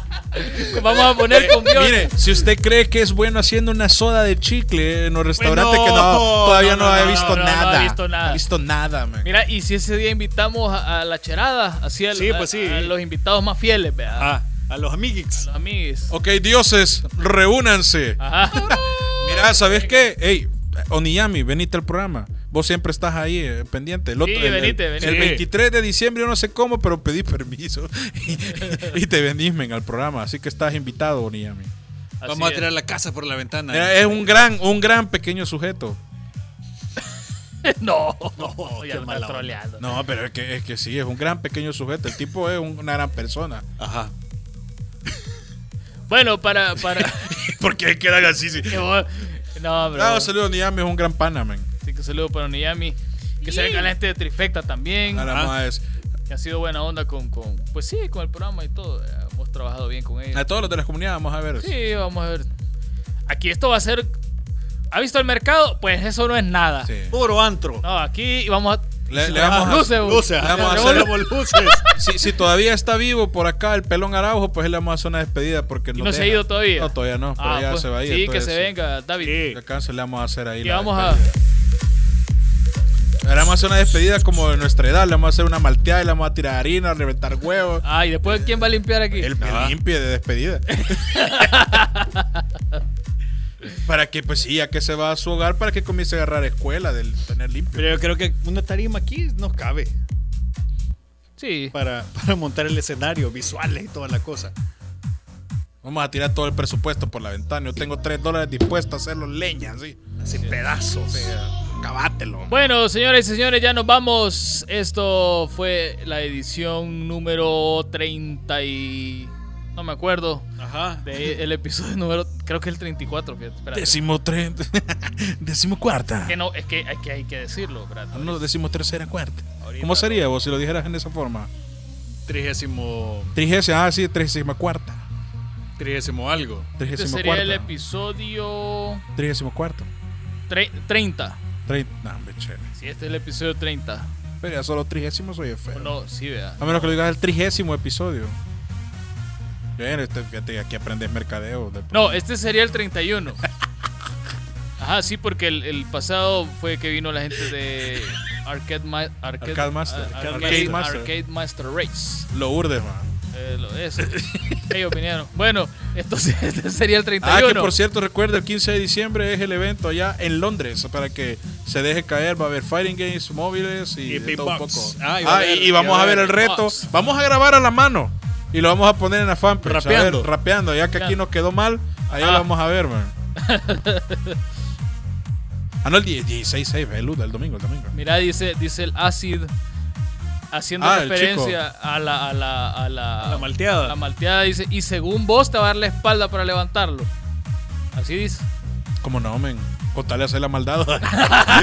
vamos a poner con Mire, si usted cree que es bueno haciendo una soda de chicle en los restaurantes no, que no, todavía no, no, no, he no, visto no, no, no he nada. visto nada. No he visto nada, man. Mira, y si ese día invitamos a, a la cherada, así a, Sí, pues sí. a- a los invitados más fieles, ¿verdad? Ah, a los amiguitos. Los amigues. Ok, dioses, reúnanse. [LAUGHS] Ajá. Mira, ¿sabes qué? Ey, Oniyami, venite al programa. Vos siempre estás ahí eh, pendiente. El, otro- Sí, el- el- venite, venite. el 23 de diciembre, yo no sé cómo, pero pedí permiso [LAUGHS] y, y te venís men, al programa. Así que estás invitado, Oniyami. Así Vamos a es. tirar la casa por la ventana. Mira, es un gran, un gran pequeño sujeto. [LAUGHS] No, No, ya qué me mala estás onda. troleando. No, pero es que, es que sí, es un gran pequeño sujeto. El tipo es un- una gran persona. Ajá. Bueno, para. [LAUGHS] para [LAUGHS] ¿Por qué quedan así? Sí? que vos- no, bro. Claro, Ah, saludos, Niami es un gran pana, man. Así que saludo para Oniyami. Que se venga la gente de Trifecta también. Nada Ah. más. Que ha sido buena onda con, con. Pues sí, con el programa y todo. eh, Hemos trabajado bien con A ellos. todos los de las comunidades, vamos a ver. Sí, vamos a ver. Aquí esto va a ser. ¿Ha visto el mercado? Pues eso no es nada. Sí. Puro antro. No, aquí vamos a. Le- si le las vamos a- luces, bro. Luces. Vamos a Tenemos hacer- luces. Si, si todavía está vivo por acá el pelón Araujo, pues él le vamos a hacer una despedida porque Y no se ha ido todavía. No, todavía no, pero Ah, ya pues, se va a ir. Sí, que entonces, se venga, David. Sí. Acá se le vamos a hacer ahí. Y la vamos a. despedida. Le vamos a hacer una despedida como de nuestra edad. Le vamos a hacer una malteada y le vamos a tirar harina, a reventar huevos. Ah, y después, ¿quién va a limpiar aquí? El Ah. me limpie de [LAUGHS] despedida. para que, pues sí, ya que se va a su hogar, para que comience a agarrar escuela del tener limpio. Pero yo creo que una tarima aquí nos cabe Sí. para, para montar el escenario, visuales y toda la cosa. Vamos a tirar todo el presupuesto por la ventana. Yo tengo 3 dólares dispuesto a hacerlo leña, así. Así pedazos. Cabátelo. Bueno, señores y señores, ya nos vamos. Esto fue la edición número 30 y... No me acuerdo. Ajá. De el episodio número... Creo que el 34. fíjate, espérate. Décimo tres. [LAUGHS] Décimo cuarta. Que no, es que, es que hay que decirlo, espérate. No, decimos tercera, cuarta. Ahorita, ¿Cómo sería vos si lo dijeras en esa forma? Trigésimo. Trigésima, ah, sí, trigésima cuarta. Trigésimo algo. Este Trigésima sería el cuarta. episodio Trigésimo cuarto. tre- 30. Trein- No, hombre, chévere. Sí, este es el episodio 30. Pero ya solo trigésimo soy feo. No, sí, vea. A menos que lo digas el trigésimo episodio. Bien, este, fíjate que aquí aprendes mercadeo. del- No, este sería el 31. [LAUGHS] Ajá, sí, porque el, el pasado fue que vino la gente de Arcade, Ma- Arcade, Arcade Master. Ar- Arcade Arcade- Master. Arcade Master Race. Lo urdes, man. Eh, lo- eso. [LAUGHS] Ellos vinieron. Bueno, entonces [LAUGHS] este sería el Ah, 31. que por cierto, recuerda, el 15 de diciembre es el evento allá en Londres para que se deje caer. Va a haber fighting games, móviles y, Y de big todo un box. poco. Ah, y va a Ah, haber- y, y vamos y va a a ver el haber reto. box. Vamos a grabar a la mano y lo vamos a poner en la fanpage. a ver, Rapeando. rapeando, ya que aquí Rapeando. nos quedó mal, allá Ajá. lo vamos a ver, [LAUGHS] man. ah, no, el 10, 16, 6, el, lunes, el domingo, el domingo. Mira, dice, dice el Acid haciendo Ah, el referencia a la, a la, a la, La malteada. a la malteada. Dice, y según vos te va a dar la espalda para levantarlo. Así dice. Como no, men. Con tal de hacer la [LAUGHS] maldad.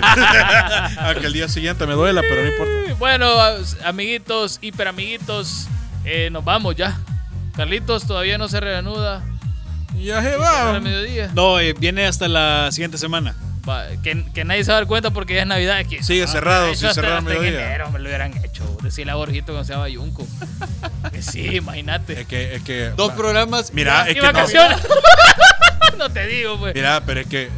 [LAUGHS] a que el día siguiente me duela, pero no importa. [LAUGHS] Bueno, amiguitos, hiperamiguitos, eh, nos vamos ya. Carlitos todavía no se reanuda. Ya se Para va. el mediodía. No, eh, viene hasta la siguiente semana. Va, que, que nadie se va a dar cuenta porque ya es Navidad aquí. Sigue Ah, cerrado, eso sí, hasta- cerrado al hasta en mediodía. enero me lo hubieran hecho. Decirle a Borjito que se llama Yunco. [LAUGHS] Que sí, Es imagínate. que, es que. Dos va- programas. Mira, es Este, ¿Y que no. vacaciones? [LAUGHS] No. te digo, pues. Mira, pero es que.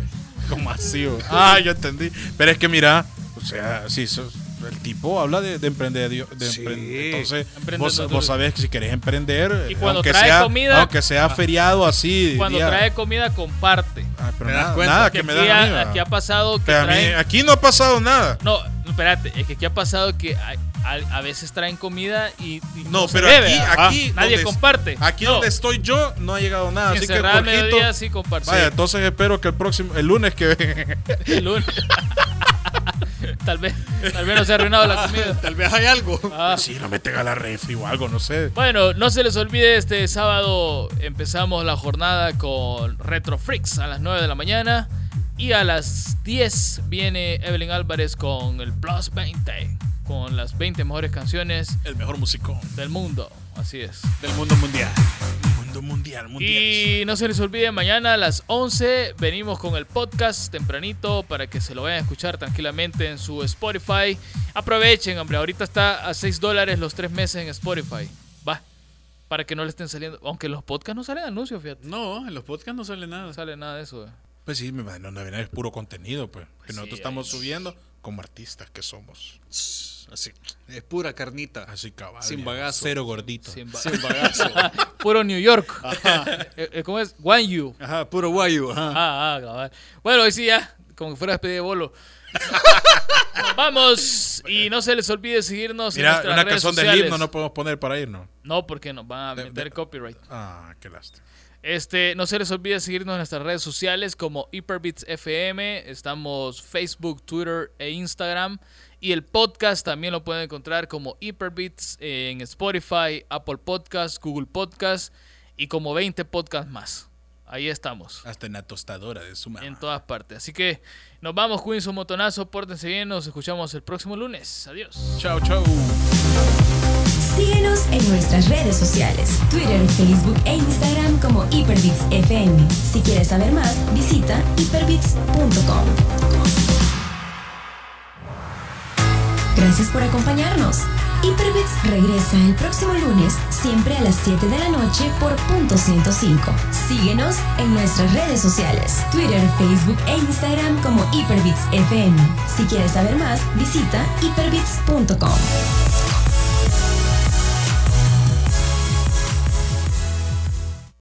¿Cómo así? vos? Ah, yo entendí. Pero es que mira, o sea, si sos- el tipo habla de, de emprender. De emprend- entonces, Emprendedor. vos, vos sabés que si querés emprender, Y cuando aunque, trae sea, comida- ah, aunque sea feriado así. Cuando día- trae comida, comparte. Ah, pero ¿Te das nada, cuenta? nada Que que me aquí, da a mí, ha, va. aquí ha pasado que Pero a mí- traen- aquí no ha pasado nada. No, espérate, es que aquí ha pasado que a, a- a veces traen comida y, y No, se pero debe, aquí- ¿ah? aquí nadie donde- comparte. Aquí No, donde estoy yo no ha llegado nada. sin Así que, cerrar al Jorgito, mediodía sí comparte. vaya, entonces espero que el próximo, el lunes que El lunes. [LAUGHS] tal vez, tal vez no se ha arruinado la comida. Tal vez hay algo. Ah, sí, lo meten a la refri o algo, no sé. Bueno, no se les olvide, este sábado empezamos la jornada con Retro Freaks a las 9 de la mañana y a las 10 viene Evelyn Álvarez con el Plus 20, con las 20 mejores canciones El mejor músico del mundo. Así es. del mundo mundial. mundo mundial, mundial. Y no se les olvide, mañana a las 11 venimos con el podcast tempranito para que se lo vayan a escuchar tranquilamente en su Spotify. Aprovechen, hombre, ahorita está a 6 dólares los 3 meses en Spotify. Va, para que no le estén saliendo. Aunque los podcasts no salen anuncios, fíjate. No, en los podcasts no sale No nada. sale nada de eso. eh. Pues sí, me imagino no es puro contenido, pues. que sí, nosotros ahí estamos es. subiendo como artistas que somos. Así. Es pura carnita. Así cabal. Sin ya, bagazo. Cero gordito. Sin ba- Sin bagazo. [LAUGHS] Puro New York. [LAUGHS] Eh, eh, ¿Cómo es? Guanyu. Ajá, puro guayo. Ajá. Ah, ah, cabal. Bueno, hoy sí ya, como que fuera despedida de [LAUGHS] bolo. Nos vamos y no se les olvide seguirnos en Mira, nuestras una redes canción sociales. del himno no podemos poner para irnos. No, porque nos van a De- meter de- copyright. Ah, qué lástima. Este, no se les olvide seguirnos en nuestras redes sociales como Hyperbits FM. Estamos Facebook, Twitter e Instagram. Y el podcast también lo pueden encontrar como Hyperbits en Spotify, Apple Podcast, Google Podcast y como 20 podcasts más. Ahí estamos. Hasta en la tostadora de su En mano. todas partes. Así que nos vamos, Quinzo Motonazo. Pórtense bien. Nos escuchamos el próximo lunes. Adiós. Chao, chao. Síguenos en nuestras redes sociales, Twitter, Facebook e Instagram como Hyperbits FM. Si quieres saber más, visita hyperbits.com. Gracias por acompañarnos. Hyperbits regresa el próximo lunes, siempre a las 7 de la noche por punto 105. Síguenos en nuestras redes sociales, Twitter, Facebook e Instagram como Hyperbits FM. Si quieres saber más, visita hyperbits.com.